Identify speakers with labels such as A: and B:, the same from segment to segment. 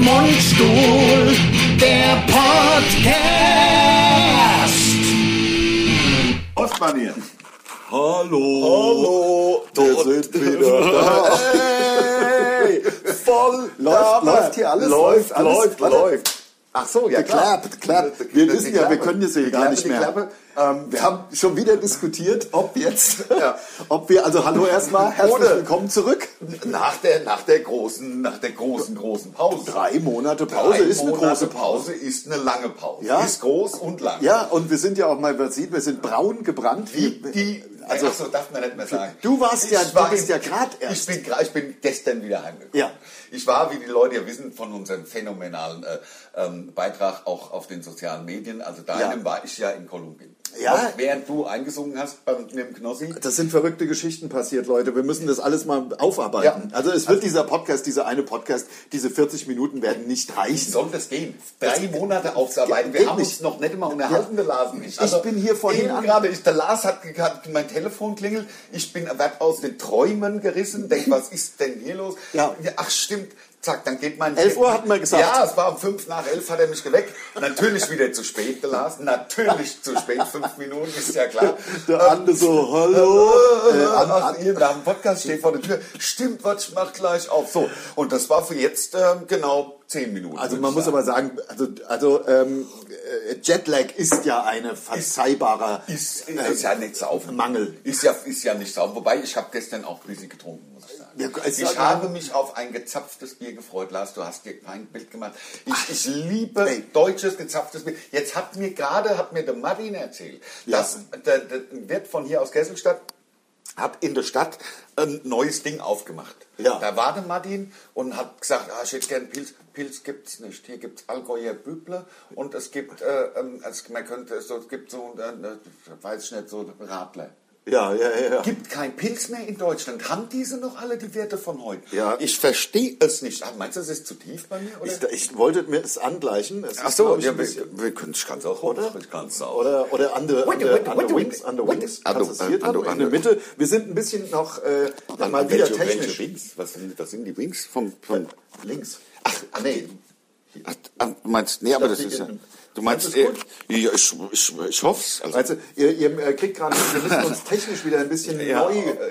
A: Mundstuhl, der Podcast.
B: Ostmanier.
C: Hallo, da sind wieder. da. Hey, voll
B: Läuft,
C: dabei.
B: läuft hier alles?
C: Läuft,
B: Läuft alles?
C: läuft,
B: Warte.
C: läuft.
B: Ach so, ja klar.
C: Geklappt, geklappt.
B: Wir wissen ja, wir
C: Geklappt.
B: können das hier gar
C: Geklappt,
B: nicht mehr.
C: geklappt.
B: Ähm, wir haben schon wieder diskutiert, ob jetzt,
C: Ja.
B: ob wir, also hallo erstmal, herzlich
C: Ohne.
B: willkommen zurück.
C: Nach der, nach der großen, nach der großen, großen Pause.
B: Drei Monate Pause
C: Drei
B: ist eine
C: Monate
B: große Pause.
C: Pause, ist eine lange Pause.
B: Ja.
C: Ist groß und lang.
B: Ja, und wir sind ja auch mal, man sieht, wir sind braun gebrannt.
C: Die, die,
B: also,
C: also, ach so, darf man nicht mehr sagen.
B: Du warst ja- du bist
C: in-
B: ja grad erst.
C: Ich bin, gra- ich bin gestern wieder heimgekommen.
B: Ja.
C: Ich war, wie die Leute ja wissen, von unserem phänomenalen äh, ähm, Beitrag auch auf den sozialen Medien, also deinem
B: Ja.
C: war ich ja in Kolumbien.
B: Ja.
C: Auch während du eingesungen hast beim mit dem Knossi.
B: das sind verrückte Geschichten passiert, Leute. Wir müssen das alles mal aufarbeiten.
C: Ja.
B: Also es wird dieser Podcast, dieser eine Podcast, diese 40 Minuten werden nicht
C: Wie
B: reichen.
C: soll das gehen? Drei Monate aufzuarbeiten. Wir
B: geht
C: haben
B: nicht.
C: uns noch nicht mal unterhalten, der Lars und ich.
B: bin hier vorhin
C: eben
B: an-
C: gerade, ich, der Lars hat, ge- hat mein Telefon klingelt. Ich bin werd aus den Träumen gerissen. Denk, was ist denn hier los?
B: Ja.
C: Ach, stimmt. Zack, dann geht mein...
B: 11 Uhr hatten wir gesagt.
C: Ja, es war um fünf nach elf hat er mich geweckt. Natürlich wieder zu spät, der Lars. Natürlich zu spät. Fünf Minuten, ist ja klar.
B: Der andere so, hallo. Äh,
C: Äh,
B: an,
C: an,
B: an,
C: ihr nach dem Podcast steht vor der Tür. Stimmt, was ich mach gleich auf. So, und das war für jetzt ähm, genau zehn Minuten.
B: Also
C: würd
B: man
C: ich
B: muss
C: sagen.
B: aber sagen, also, also ähm, äh, Jetlag ist ja eine verzeihbare äh,
C: Ist, ist ja nicht saufen.
B: Mangel.
C: Ist ja, ist ja nicht saufen. Wobei, ich habe gestern auch ein bisschen getrunken, muss ich sagen.
B: Ja, es
C: ich
B: sagt-
C: habe mich auf ein gezapftes Bier gefreut, Lars. Du hast dir kein Bild gemacht. Ich, ich liebe
B: ey.
C: deutsches gezapftes Bier. Jetzt hat mir gerade, hat mir der Martin erzählt,
B: Ja.
C: dass der, der Wirt von hier aus Kesselstadt hat in der Stadt ein neues Ding aufgemacht.
B: Ja.
C: Da war der Martin und hat gesagt, ah, ich hätte gern Pilz. Pilz gibt's nicht. Hier gibt's Allgäuer Bübler und es gibt, äh, ähm, es, man könnte, so, es gibt so, äh, weiß ich nicht, so Radler.
B: Ja, ja, ja. ja.
C: Gibt kein Pilz mehr in Deutschland. Haben diese noch alle die Werte von heute?
B: Ja.
C: Ich verstehe es nicht. Ah, meinst du, das ist zu tief bei mir? Oder?
B: Ich, ich wollte mir es angleichen. Es ist,
C: Ach so,
B: glaub ich,
C: ja,
B: ein
C: wir,
B: bisschen-
C: wir können es ganz auch,
B: oder?
C: Ich kann's auch.
B: Oder, oder an der
C: Wait, wait, wait,
B: Wings.
C: wait,
B: An der
C: wait.
B: Wings.
C: An der-
B: Kannst du es hier
C: an
B: dran?
C: der-
B: In
C: an
B: der
C: der-
B: Mitte. Wir sind ein bisschen noch äh, mal wieder
C: welche,
B: technisch.
C: Welche Wings? Was sind, was sind die Wings vom, vom
B: Links.
C: Ach, ach nee.
D: Ach, ah, du meinst, nee, aber
B: dachte,
D: das ist
B: ihr-
D: ja. Du meinst,
B: Fandest
D: äh, ja, ich, ich, ich hoffe es. Also,
B: Weißt du, ihr, ihr äh, kriegt gerade, wir müssen uns technisch wieder ein bisschen neu.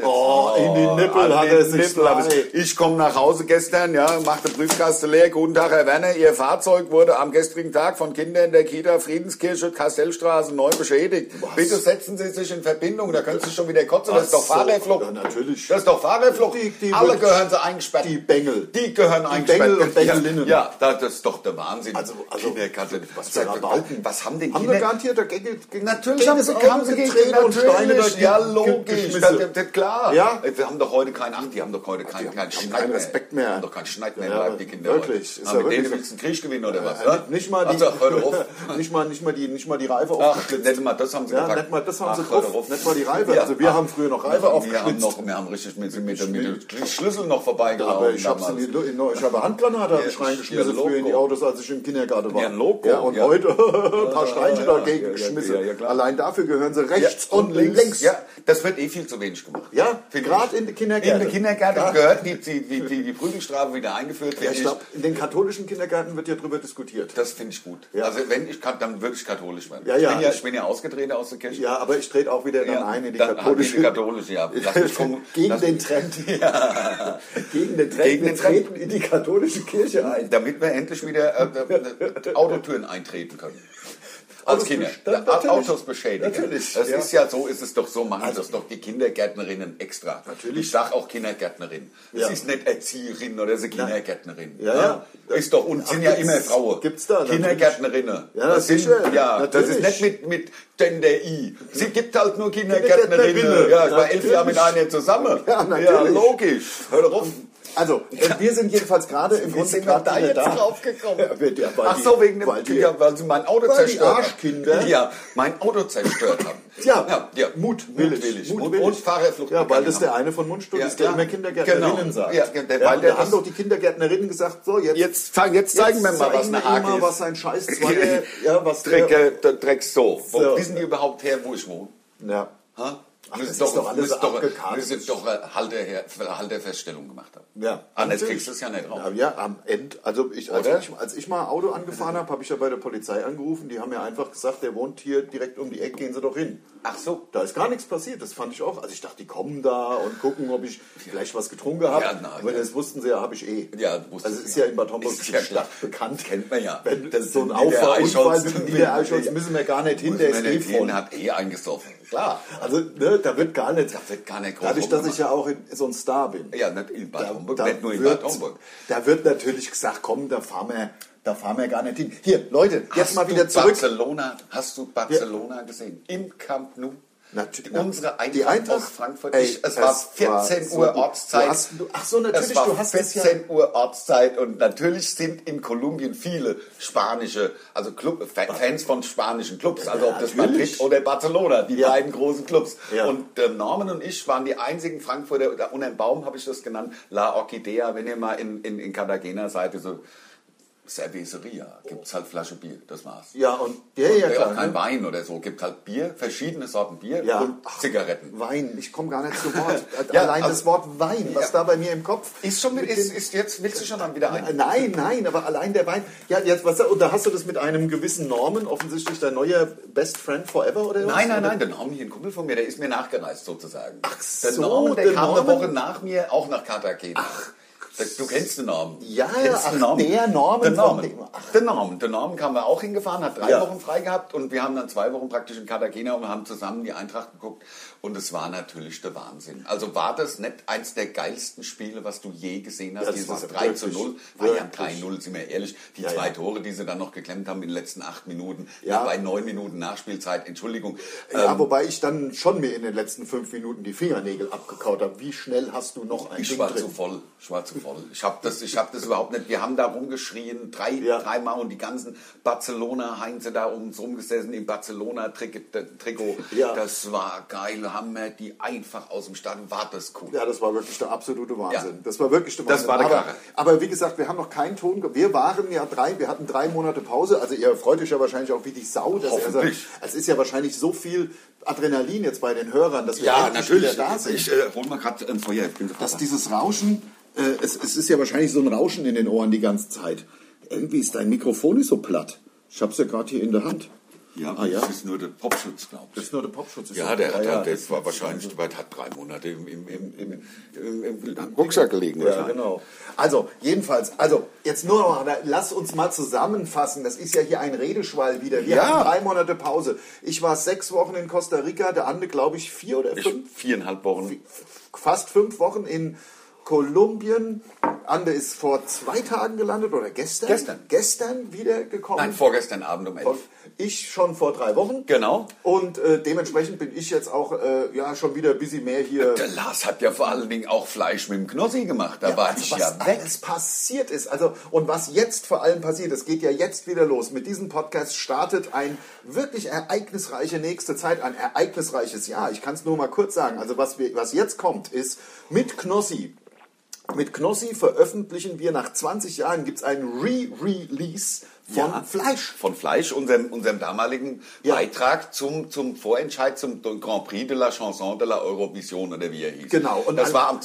C: Oh, in die Nippel hat er sich
B: frei.
C: Ich, ich komme nach Hause gestern, ja, mache den Briefkasten leer. Guten Tag, Herr Werner. Ihr Fahrzeug wurde am gestrigen Tag von Kindern der Kita Friedenskirche Kastellstraße neu beschädigt. Bitte setzen Sie sich in Verbindung. Da können Sie schon wieder kotzen. Das ist doch
B: Ach so,
C: Fahrerflucht.
B: ja, natürlich.
C: Das ist doch Fahrerflucht.
B: Die- die
C: Alle
B: wird-
C: gehören sie eingesperrt.
B: die Bengel.
C: Die gehören eingesperrt.
B: Bengel und Bengelinnen.
C: Ja, ja, da- das ist doch der Wahnsinn.
B: Also- also-
C: Kinderkasse.
B: was für Rabauken.
C: Was haben denn
B: Haben
C: Kinder...
B: wir garantiert, da ging, ging
C: Natürlich haben sie Kampf gegen
B: Tränen und Steine durch die
C: Ja,
B: Gegend
C: logisch.
B: geschmissen.
C: Das, das, das, klar.
B: Ja.
C: Wir haben doch heute keinen, ach, die haben doch heute keinen,
B: haben-
C: keinen
B: die haben
C: Schneid
B: keinen Respekt mehr.
C: Die haben doch keinen Schneid mehr,
B: Ja,
C: ja, die Kinder
B: wirklich. Ist
C: Heute. Ah,
B: ja
C: mit
B: wirklich
C: denen
B: so.
C: willst du einen Krieg gewinnen oder was?
B: Äh,
C: ne?
B: Nicht mal,
C: Ach, doch, hör doch auf.
B: die, nicht, mal, nicht, mal die, nicht mal die Reife
C: Ach,
B: aufgeschlitzt.
C: nicht mal das haben sie
B: Ja,
C: gepackt.
B: nicht mal das haben sie
C: Ach, hör
B: drauf.
C: doch auf.
B: Nicht mal die Reife. Also wir haben früher noch Reife
C: Wir haben
B: aufgeschlitzt.
C: noch, wir haben richtig mit, mit, mit, mit Schlüssel noch vorbeigelaufen.
B: aber ich habe
C: damals.
B: in, die- in, ich habe Handgranate hab ich
C: Ja,
B: reingeschmissen
C: ja, Loco.
B: früher in die Autos, als ich im Kindergarten war.
C: Ja, Loco,
B: ja und
C: ja.
B: heute ein paar Steinchen
C: ja,
B: dagegen
C: ja, ja,
B: geschmissen.
C: ja, ja, klar.
B: Allein dafür gehören sie
C: Ja,
B: rechts und links.
C: Ja, das wird eh viel zu wenig gemacht.
B: Ja,
C: Finde
B: gerade
C: ich.
B: in den Kindergärten.
C: In den Kindergärten gehört die, die, die, die, die Prügelstrafe wieder eingeführt.
B: Ja,
C: finde
B: ich glaube, in den katholischen Kindergärten wird ja drüber diskutiert.
C: Das finde ich gut.
B: Ja.
C: Also wenn ich kann, dann wirklich katholisch werden.
B: Ja, ja.
C: Ich, bin ja ich bin ja ausgetreten aus der Kirche.
B: Ja, aber ich trete auch wieder dann
C: Ja,
B: ein in die
C: dann- ah,
B: katholische.
C: die katholische, ja. Lass mich gucken.
B: Gegen
C: Lass
B: den Trend. Gegen den Trend.
C: Gegen
B: wir
C: den Trend.
B: treten in die katholische Kirche ein.
C: Damit wir endlich wieder äh, äh, Autotüren eintreten können. Als
B: Autos
C: Kinder.
B: besch- dann natürlich.
C: Autos beschädigen.
B: Natürlich,
C: Das
B: ja. Also-
C: ist ja so, ist es doch so, machen das doch die Kindergärtnerinnen extra.
B: Natürlich.
C: Ich sage auch Kindergärtnerin.
B: Ja.
C: Sie ist nicht Erzieherin oder sie Kindergärtnerin. ne?
B: Ja, ja.
C: Ist doch, und sind
B: Ach,
C: ja
B: gibt's-
C: immer Frauen.
B: gibt's da, natürlich.
C: Kindergärtnerinnen.
B: Ja,
C: das sind,
B: sicher,
C: ja, das ist
B: natürlich.
C: nicht mit, mit Gender I. Sie gibt halt nur Kindergärtnerinnen.
B: Kindergärtnerinnen.
C: Ja, ich war elf
B: Natürlich.
C: Jahre mit einer zusammen.
B: Ja, natürlich.
C: Ja, logisch. Hör doch auf.
B: Also, äh, wir sind jedenfalls gerade im
C: Wie
B: Grunde
C: sind wir
B: gerade
C: da
B: wieder
C: jetzt
B: da.
C: draufgekommen?
B: Ja, wir- ja, weil
C: Ach
B: die-
C: so, wegen dem,
B: weil die-
C: ja, weil sie mein Auto
B: Weil die
C: zerstört haben.
B: Arschkinder-
C: Ja, mein Auto zerstört haben.
B: Tja,
C: ja.
B: Mut,
C: Mutwillig.
B: Mut,
C: und,
B: willig.
C: und Fahrerflucht.
B: Ja, weil
C: begangen
B: das der
C: haben.
B: eine von Mundstuhl
C: Ja,
B: ist, der
C: ja.
B: immer Kindergärtnerinnen
C: Genau.
B: sagt.
C: Ja,
B: ja,
C: der-
B: der,
C: weil
B: und da
C: der
B: haben
C: das-
B: doch die Kindergärtnerinnen gesagt, so, jetzt,
C: Jetzt, fang- jetzt zeigen wir mal, was
B: zeigen
C: eine
B: wir ihm mal,
C: Hake
B: was
C: ist.
B: ein Scheiß Zweier- ja, was der-
C: Drecke, Drecks so. Wo
B: So.
C: wissen die überhaupt her, wo ich wohne?
B: Ja.
C: Ha?
B: Ach, das ist doch alles
C: müsst doch,
B: abgekartet.
C: müsst doch äh, eine Halterher- Halterfeststellung gemacht haben.
B: Ja.
C: Anders Ah, kriegst du es ja nicht raus.
B: Ja, Ja, am Ende, also ich, als,
C: Oder?
B: ich, als ich mal Auto angefahren habe, habe ich ja bei der Polizei angerufen. Die haben mir einfach gesagt, der wohnt hier direkt um die Ecke, gehen Sie doch hin.
C: Ach so.
B: Da ist gar nichts passiert, das fand ich auch. Also ich dachte, die kommen da und gucken, ob ich vielleicht was getrunken habe.
C: Ja, nein,
B: Aber
C: ja.
B: das wussten sie ja, habe ich eh.
C: Ja, wussten
B: Also es
C: sie,
B: ist
C: ja.
B: ja in Bad Homburg
C: Ist
B: die
C: ja klar.
B: Stadt bekannt.
C: Kennt man ja.
B: Wenn
C: Das
B: das so ein
C: ist der
B: Auffahrunfall
C: Eichholz.
B: mit dem Niedereichholz müssen wir gar nicht hin, der ist
C: Wenn
B: eh
C: der
B: voll.
C: Tien hat eh eingesoffen.
B: Klar, also ne, da wird gar nicht.
C: wird gar nicht groß
B: Dadurch, dass ich
C: rumgemacht.
B: ja auch in, so ein Star bin.
C: Ja, nicht in Bad
B: Da-
C: Homburg,
B: da
C: nicht nur in
B: wird-
C: Bad Homburg.
B: Da wird natürlich gesagt, komm, da fahren wir, da fahren wir gar nicht hin. Hier, Leute, jetzt
C: Hast
B: mal wieder
C: du
B: zurück.
C: Barcelona, hast du Barcelona gesehen? Im Camp Nou.
B: Natürlich.
C: Unsere Eintracht,
B: Die Eintracht?
C: aus Frankfurt.
B: Ey,
C: ich, es,
B: es
C: war
B: war
C: 14
B: so
C: Uhr
B: gut.
C: Ortszeit.
B: Du hast- du- ach so, natürlich,
C: es war
B: du hast es ja-
C: 14 Uhr Ortszeit und natürlich sind in Kolumbien viele spanische, also Club, Fa- Fans von spanischen Clubs, also ob das
B: natürlich.
C: Madrid oder Barcelona, die
B: Ja.
C: beiden großen Clubs.
B: Ja.
C: Und äh, Norman und ich waren die einzigen Frankfurter, da unter dem Baum habe ich das genannt, La Orchidea, wenn ihr mal in, in, in Cartagena seid, so Cerveceria, gibt es halt Flasche Bier, das war's.
B: Ja, und ja, ja,
C: Ja,
B: klar. ne?
C: auch kein Wein oder so, gibt halt Bier, verschiedene Sorten Bier
B: Ja.
C: und Zigaretten.
B: Wein, ich komme gar nicht zu Wort.
C: Ja,
B: Allein
C: also-
B: das Wort Wein, was
C: Ja.
B: da bei mir im Kopf. Äh,
C: Ist schon mit, ist, ist jetzt willst du schon dann wieder ein.
B: Nein, nein, aber allein der Wein. Ja, jetzt, was, und da hast du das mit einem gewissen Norman, offensichtlich dein neuer Best Friend Forever oder was?
C: Nein, nein, nein, der Norman hier, ein Kumpel von mir, der ist mir nachgereist sozusagen. Ach Der
B: so,
C: Norman, der,
B: der
C: kam eine
B: Norman-
C: Woche nach mir auch nach Cartagena. Ach. Du kennst den Norman.
B: Ja,
C: kennst
B: ach, der Norman von
C: Der Norman.
B: dem- ach.
C: Der Norman. Der Norman kam wir auch hingefahren, hat drei
B: Ja.
C: Wochen frei gehabt und wir haben dann zwei Wochen praktisch in Cartagena und haben zusammen die Eintracht geguckt und es war natürlich der Wahnsinn. Also war das nicht eins der geilsten Spiele, was du je gesehen hast?
B: Ja, das
C: Dieses
B: war
C: 3 zu
B: wirklich,
C: 0 war ja
B: wirklich.
C: 3-0, sind wir ehrlich. Die
B: Ja,
C: zwei
B: ja.
C: Tore, die sie dann noch geklemmt haben in den letzten acht Minuten,
B: Ja.
C: bei neun Minuten Nachspielzeit, Entschuldigung. Ähm,
B: Ja, wobei ich dann schon mir in den letzten fünf Minuten die Fingernägel abgekaut habe. Wie schnell hast du noch ein
C: Ich
B: Ding
C: war
B: drin?
C: zu voll, ich war zu voll. Ich habe das, ich hab das überhaupt nicht. Wir haben da rumgeschrien, drei,
B: Ja.
C: dreimal und die ganzen Barcelona-Heinze da um uns rumgesessen im Barcelona-Trikot.
B: Ja.
C: Das war geil, haben wir die einfach aus dem Stadion. War das cool.
B: Ja, das war wirklich der absolute Wahnsinn.
C: Ja.
B: Das war wirklich der Wahnsinn.
C: Das war der
B: aber,
C: Kracher.
B: aber wie gesagt, wir haben noch keinen Ton. ge- Wir waren ja drei, wir hatten drei Monate Pause. Also ihr freut euch ja wahrscheinlich auch wie die Sau. Dass ihr sagt,
C: Hoffentlich.
B: es ist ja wahrscheinlich so viel Adrenalin jetzt bei den Hörern, dass wir
C: Ja,
B: endlich
C: natürlich.
B: wieder da sind.
C: Ich äh, hol mal gerade ein Feuer. Ich bin sofort
B: dass
C: da.
B: dieses Rauschen, äh, es, es ist ja wahrscheinlich so ein Rauschen in den Ohren die ganze Zeit. Irgendwie ist dein Mikrofon nicht so platt. Ich hab's ja gerade hier in der Hand.
C: ja,
B: ah, ja.
C: das ist nur der Popschutz, glaube ich.
B: Das ist nur der Popschutz.
C: Ja, der hat,
B: Ah,
C: halt-
B: das-
C: das war wahrscheinlich, der hat drei Monate im, im, im, im, im, im, im Rucksack gelegen.
B: Ja, genau. Also, jedenfalls, also jetzt nur noch, mal, lass uns mal zusammenfassen. Das ist ja hier ein Redeschwall wieder. Wir
C: Ja.
B: haben drei Monate Pause. Ich war sechs Wochen in Costa Rica, der Ande, glaube ich, vier oder
C: Ich,
B: fünf,
C: viereinhalb Wochen.
B: fast fünf Wochen in Kolumbien. Ande ist vor zwei Tagen gelandet oder gestern?
C: Gestern.
B: Gestern wieder gekommen.
C: Nein, vorgestern Abend um elf.
B: Ich schon vor drei Wochen.
C: Genau.
B: Und äh, dementsprechend bin ich jetzt auch äh, ja, schon wieder ein bisschen mehr hier.
C: Der Lars hat ja vor allen Dingen auch Fleisch mit dem Knossi gemacht. Da war
B: also
C: ich
B: was
C: ja weg.
B: alles passiert ist. Also und was jetzt vor allem passiert, es geht ja jetzt wieder los. Mit diesem Podcast startet ein wirklich ereignisreiche nächste Zeit, ein ereignisreiches Jahr. Ich kann es nur mal kurz sagen. Also was wir, was jetzt kommt, ist mit Knossi. Mit Knossi veröffentlichen wir nach 20 Jahren gibt's einen Re-Release von
C: Ja.
B: Fleisch.
C: Von Fleisch, unserem, unserem damaligen
B: Ja.
C: Beitrag zum, zum Vorentscheid zum Grand Prix de la Chanson de la Eurovision oder wie er hieß.
B: Genau. Und
C: Und das
B: an-
C: war am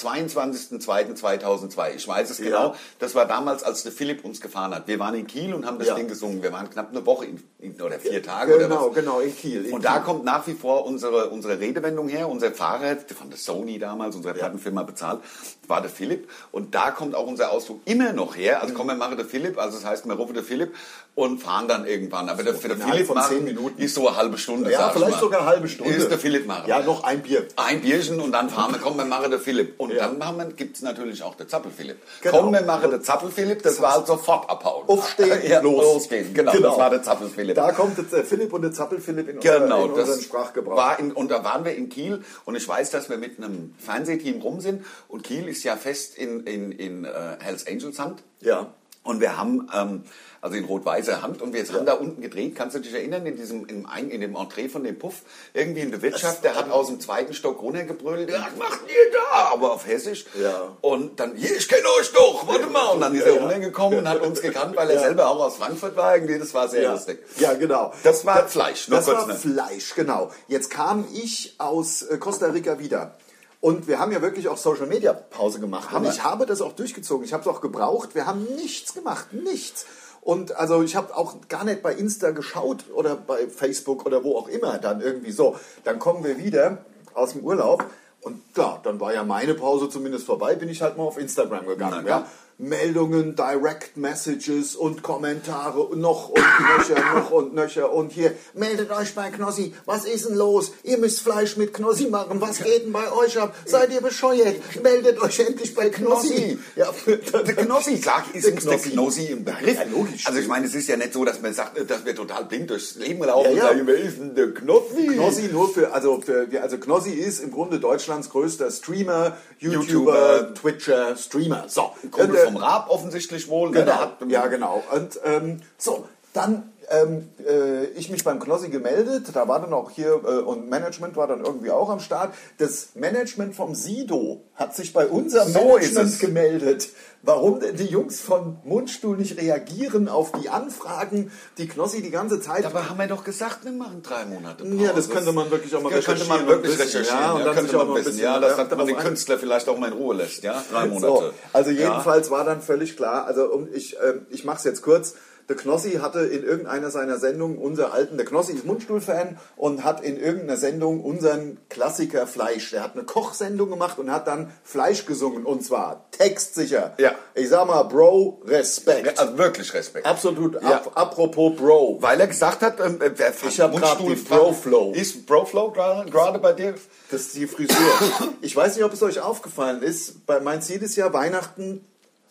C: 22.02.2002. Ich weiß es
B: Ja.
C: genau. Das war damals, als der Philipp uns gefahren hat. Wir waren in Kiel und haben das
B: Ja.
C: Ding gesungen. Wir waren knapp eine Woche in, in, oder vier Tage oder was.
B: Genau, genau in Kiel. In
C: Und da
B: Kiel.
C: kommt nach wie vor unsere, unsere Redewendung her. Unser Fahrer von der Sony damals, unsere Plattenfirma bezahlt, war der Philipp. Und da kommt auch unser Ausdruck immer noch her.
B: Mhm.
C: Also komm, wir machen der Philipp. Also das heißt, wir rufen der Philipp und fahren dann irgendwann. Aber der, der
B: innerhalb
C: Philipp
B: von
C: machen
B: zehn Minuten.
C: ist so eine halbe Stunde.
B: ja,
C: sag ich
B: vielleicht
C: mal.
B: sogar eine halbe Stunde.
C: Ist der Philipp machen.
B: Ja, noch ein Bier.
C: Ein Bierchen und dann fahren wir, komm, wir machen der Philipp. Und
B: Ja.
C: dann machen wir, gibt's natürlich auch der Zappel-Philipp.
B: Genau.
C: Komm, wir machen der Zappel-Philipp, das war halt sofort abhauen.
B: Aufstehen,
C: ja,
B: los.
C: losgehen. Genau,
B: Genau.
C: das war der Zappel-Philipp.
B: Da kommt jetzt der Philipp und der Zappel-Philipp in, unser-
C: Genau,
B: in unseren
C: das
B: Sprachgebrauch.
C: war in, und da waren wir in Kiel und ich weiß, dass wir mit einem Fernsehteam rum sind und Kiel ist ja fest in, in, in äh, Hells Angels Hand.
B: Ja.
C: Und wir haben, ähm, also in rot-weißer Hand, und wir jetzt haben da unten gedreht, kannst du dich erinnern, in diesem, im, Ein- in dem Entree von dem Puff, irgendwie in der Wirtschaft, der hat aus dem zweiten Stock runtergebrüllt, ja, was macht ihr da? Aber auf Hessisch.
B: Ja.
C: Und dann, hier, ich kenne euch doch, warte mal. Und dann ist er
B: Ja, ja.
C: runtergekommen und hat uns gekannt, weil er selber auch aus Frankfurt war irgendwie, das war sehr
B: ja.
C: lustig.
B: ja, genau.
C: Das war Fleisch, nur
B: das
C: kurz,
B: war
C: ne?
B: Fleisch, genau. Jetzt kam ich aus äh, Costa Rica wieder. Und wir haben ja wirklich auch Social Media Pause gemacht. Und
C: Hammer.
B: ich habe das auch durchgezogen. Ich habe es auch gebraucht. Wir haben nichts gemacht. Nichts. Und also ich habe auch gar nicht bei Insta geschaut oder bei Facebook oder wo auch immer dann irgendwie so. Dann kommen wir wieder aus dem Urlaub und ja, dann war ja meine Pause zumindest vorbei, bin ich halt mal auf Instagram gegangen.
C: Na
B: Ja.
C: klar.
B: Meldungen, Direct Messages und Kommentare und noch und nöcher, noch und nöcher und hier, meldet euch bei Knossi, was ist denn los? Ihr müsst Fleisch mit Knossi machen, was geht denn bei euch ab? Seid ihr bescheuert? Meldet euch endlich bei Knossi.
C: Knossi.
B: Ja,
C: Der Knossi, sag, ist
B: Der
C: uns der
B: Knossi.
C: Knossi im Begriff.
B: Ja, logisch.
C: Also ich meine, es ist ja nicht so, dass man sagt, dass wir total blind durchs Leben laufen
B: Ja, ja.
C: und sagen, wer ist denn der Knossi?
B: Knossi nur für, also für, wir- also Knossi ist im Grunde Deutschlands größter Streamer, YouTuber,
C: YouTuber.
B: Twitcher, Streamer. So,
C: Kumpel
B: Und, äh,
C: vom Raab offensichtlich wohl. ne? Der
B: Genau,
C: hat-
B: ja, genau. Und ähm, so, dann ähm, äh, ich mich beim Knossi gemeldet, da war dann auch hier, äh, und Management war dann irgendwie auch am Start. Das Management vom Sido hat sich bei unserem
C: So ist
B: Management
C: es.
B: gemeldet. Warum denn die Jungs von Mundstuhl nicht reagieren auf die Anfragen, die Knossi die ganze Zeit...
C: Dabei haben wir doch gesagt, wir machen drei Monate Pause.
B: Ja, das könnte man wirklich auch mal
C: Das könnte man
B: recherchieren
C: wirklich
B: und wissen,
C: recherchieren.
B: ja, und dann
C: könnte
B: sich auch
C: man
B: noch ein
C: wissen.
B: bisschen,
C: Ja, das
B: ja,
C: sagt man
B: darauf
C: den
B: ein-
C: Künstler vielleicht auch mal in Ruhe lässt. Ja, drei
B: So,
C: Monate.
B: also
C: ja.
B: jedenfalls war dann völlig klar, also um, ich, ähm, ich mache es jetzt kurz, der Knossi hatte in irgendeiner seiner Sendungen unser alten, der Knossi ist Mundstuhl-Fan und hat in irgendeiner Sendung unseren Klassiker Fleisch, der hat eine Kochsendung gemacht und hat dann Fleisch gesungen und zwar textsicher.
C: Ja.
B: Ich sag mal, Bro, Respekt.
C: Also wirklich Respekt.
B: Absolut,
C: Ja.
B: ap apropos Bro.
C: Weil er gesagt hat, ähm, äh, wer
B: Ich hab grad
C: Mundstuhl-
B: die Broflow.
C: Ist Broflow gerade gerade bei dir?
B: Das ist die Frisur. Ich weiß nicht, ob es euch aufgefallen ist, bei mein Ziel ist ja Weihnachten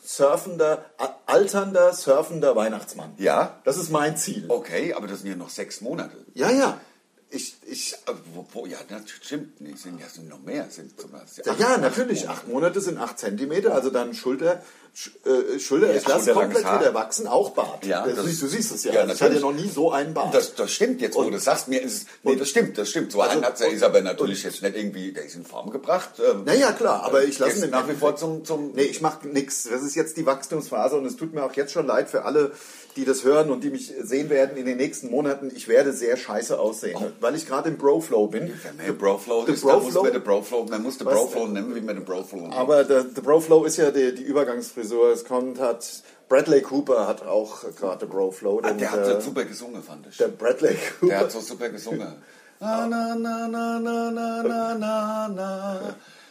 B: surfender, a- alternder, surfender Weihnachtsmann.
C: Ja.
B: Das ist mein Ziel.
C: Okay, aber das sind ja noch sechs Monate.
B: Ja, ja. Ich, ich,
C: Äh, Wo, wo, ja, das stimmt. Nee, sind ja sind noch mehr. Sind zum Beispiel
B: ja,
C: acht-
B: ja,
C: acht
B: natürlich.
C: Monate.
B: Acht Monate sind acht Zentimeter, also dann Schulter, Sch äh, Schulter. ich lasse
C: Schulterlanges
B: komplett
C: Haar.
B: wieder wachsen, auch Bart.
C: Ja,
B: das
C: das-
B: siehst, du siehst es ja.
C: Ja,
B: ich hatte ja
C: natürlich.
B: noch nie so einen Bart.
C: Das, das stimmt jetzt, wo du das sagst. Mir ist, es- nee, das stimmt, das stimmt. So
B: Also-
C: einen hat er, ist aber natürlich jetzt nicht irgendwie, der ist in Form gebracht. Ähm,
B: naja, klar, aber ich lasse
C: jetzt
B: ihn
C: nach wie vor zum, zum
B: Nee, ich mache nix. Das ist jetzt die Wachstumsphase und es tut mir auch jetzt schon leid für alle, die das hören und die mich sehen werden in den nächsten Monaten. Ich werde sehr scheiße aussehen,
C: Oh.
B: weil ich gerade im Bro-Flow bin.
C: Wenn man Broflow
B: The
C: ist, dann muss
B: Broflow?
C: man den Broflow, man muss den
B: Was?
C: Broflow nennen, wie man den Broflow nennt.
B: Aber der, der Bro-Flow ist ja die, die Übergangsfrisur. Es kommt, hat Bradley Cooper hat auch gerade Bro-Flow.
C: Ah,
B: denn
C: der hat
B: der-
C: so super gesungen, fand ich.
B: äh, der Bradley
C: Der
B: Cooper.
C: hat so super gesungen. Na, na, na, na, na, na, na, na, na.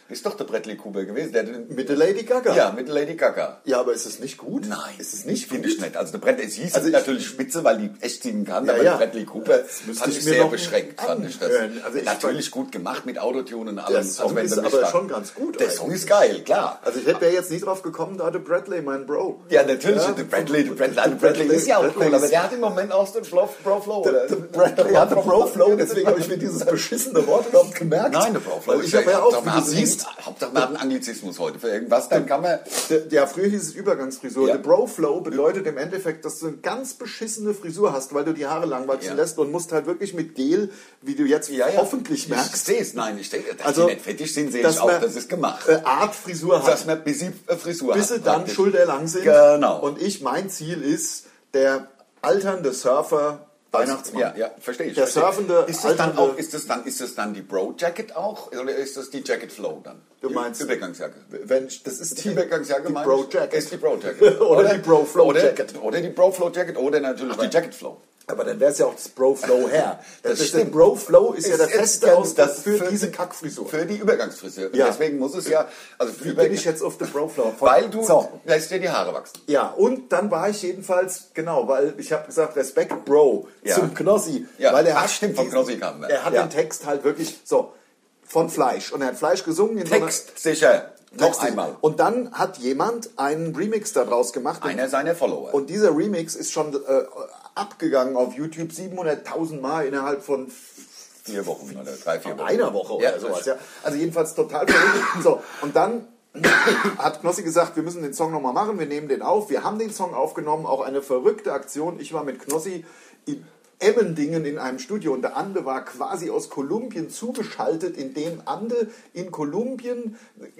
C: Ist doch der Bradley Cooper gewesen. Der, hat den-
B: Mit der Lady Gaga.
C: ja, mit Lady Gaga.
B: ja, aber ist es nicht gut? Ist es nicht
C: Finde ich nicht. Also der Bradley, es hieß
B: Also ich-
C: natürlich Spitze, weil die echt singen kann,
B: Ja,
C: aber
B: ja.
C: Bradley Cooper
B: Das müsste
C: fand
B: ich
C: ich,
B: mir
C: sehr
B: noch
C: beschränkt, fand ich das.
B: anhören. Also ich
C: natürlich gut gemacht mit Autotune und allem. Also
B: Der Song
C: wenn
B: ist
C: du mich
B: aber
C: fragst.
B: schon ganz gut
C: Der Song
B: eigentlich.
C: ist geil, klar.
B: Also ich hätte wäre jetzt nicht drauf gekommen, da der Bradley, mein Bro.
C: Ja, natürlich,
B: Ja.
C: der Bradley, der Bradley, der Bradley ist ja auch
B: Bradley
C: cool, aber
B: ist-
C: der hat im Moment auch so einen Flow, Bro Flow, oder?
B: Der Bradley hat einen Bro-Flow, deswegen habe ich mir dieses beschissene Wort überhaupt gemerkt.
C: Nein, der Bro Flow.
B: Weil Ich habe ja auch,
C: Hauptsache,
B: wie
C: wir
B: du
C: haben
B: siehst,
C: irgend- Hauptsache, wir haben einen Anglizismus heute für irgendwas, dann kann man...
B: der- ja, früher hieß es Übergangsfrisur.
C: Ja.
B: Der Bro-Flow bedeutet im Endeffekt, dass du eine ganz beschissene Frisur hast, weil du die Haare lang wachsen
C: Ja.
B: lässt und musst halt wirklich mit Gel, wie du jetzt hoffentlich
C: Ich
B: merkst,
C: sehe es, nein, ich denke, dass
B: Also,
C: die nicht fettig sind, sehe
B: dass
C: ich auch,
B: man-
C: das ist gemacht.
B: äh, Art Frisur
C: dass
B: hast,
C: man bis sie äh, Frisur
B: bis sie
C: hat.
B: dann
C: praktisch.
B: schulterlang sind.
C: Genau.
B: Und ich, mein Ziel ist, der alternde Surfer, Weihnachtsmann.
C: Ja, ja, verstehe ich.
B: Der
C: verstehe.
B: surfende,
C: ist das, dann
B: alternde-
C: auch, ist, das dann, ist das dann die Bro Jacket auch oder ist das die Jacket Flow dann?
B: Du meinst-
C: Übergangsjacke.
B: Wenn ich, das ist
C: Die Übergangsjacke
B: die
C: meine
B: Bro
C: ich,
B: Jacket.
C: Ist die Bro Jacket.
B: Oder die Bro Flow
C: oder,
B: Jacket.
C: Oder die Bro Flow Jacket oder natürlich die Jacket Flow.
B: Aber dann wäre es ja auch das Bro-Flow her.
C: Das
B: ist
C: stimmt.
B: Der Bro-Flow ist, ja
C: Ist
B: der
C: jetzt
B: feste
C: ganz
B: Ausdruck
C: das
B: für,
C: für-
B: diese Kackfrisur.
C: Für die Übergangsfrisur.
B: Ja.
C: Deswegen muss es ja. Also für
B: Wie
C: Übergang-
B: bin ich jetzt auf den Bro-Flow?
C: Weil du
B: So.
C: lässt dir die Haare wachsen.
B: Ja, und dann war ich jedenfalls, genau, weil ich habe gesagt, Respekt, Bro,
C: Ja.
B: zum Knossi.
C: Ja.
B: Weil er
C: Ach,
B: hat
C: stimmt, vom
B: diesen-
C: Knossi kam er.
B: Er hat
C: Ja.
B: den Text halt wirklich so von Fleisch. Und er hat Fleisch gesungen. In
C: Text sicher.
B: So einer,
C: Noch einmal.
B: Und dann hat jemand einen Remix daraus gemacht. Und
C: Einer seiner Follower.
B: Und dieser Remix ist schon äh, abgegangen auf YouTube 700.000 Mal innerhalb von
C: vier Wochen oder drei, vier Wochen.
B: einer Woche oder
C: Ja,
B: sowas.
C: das-
B: Ja. Also jedenfalls total verrückt. So, und dann hat Knossi gesagt, wir müssen den Song nochmal machen, wir nehmen den auf. Wir haben den Song aufgenommen, auch eine verrückte Aktion. Ich war mit Knossi in Emmendingen in einem Studio und der Ande war quasi aus Kolumbien zugeschaltet, in dem Ande in Kolumbien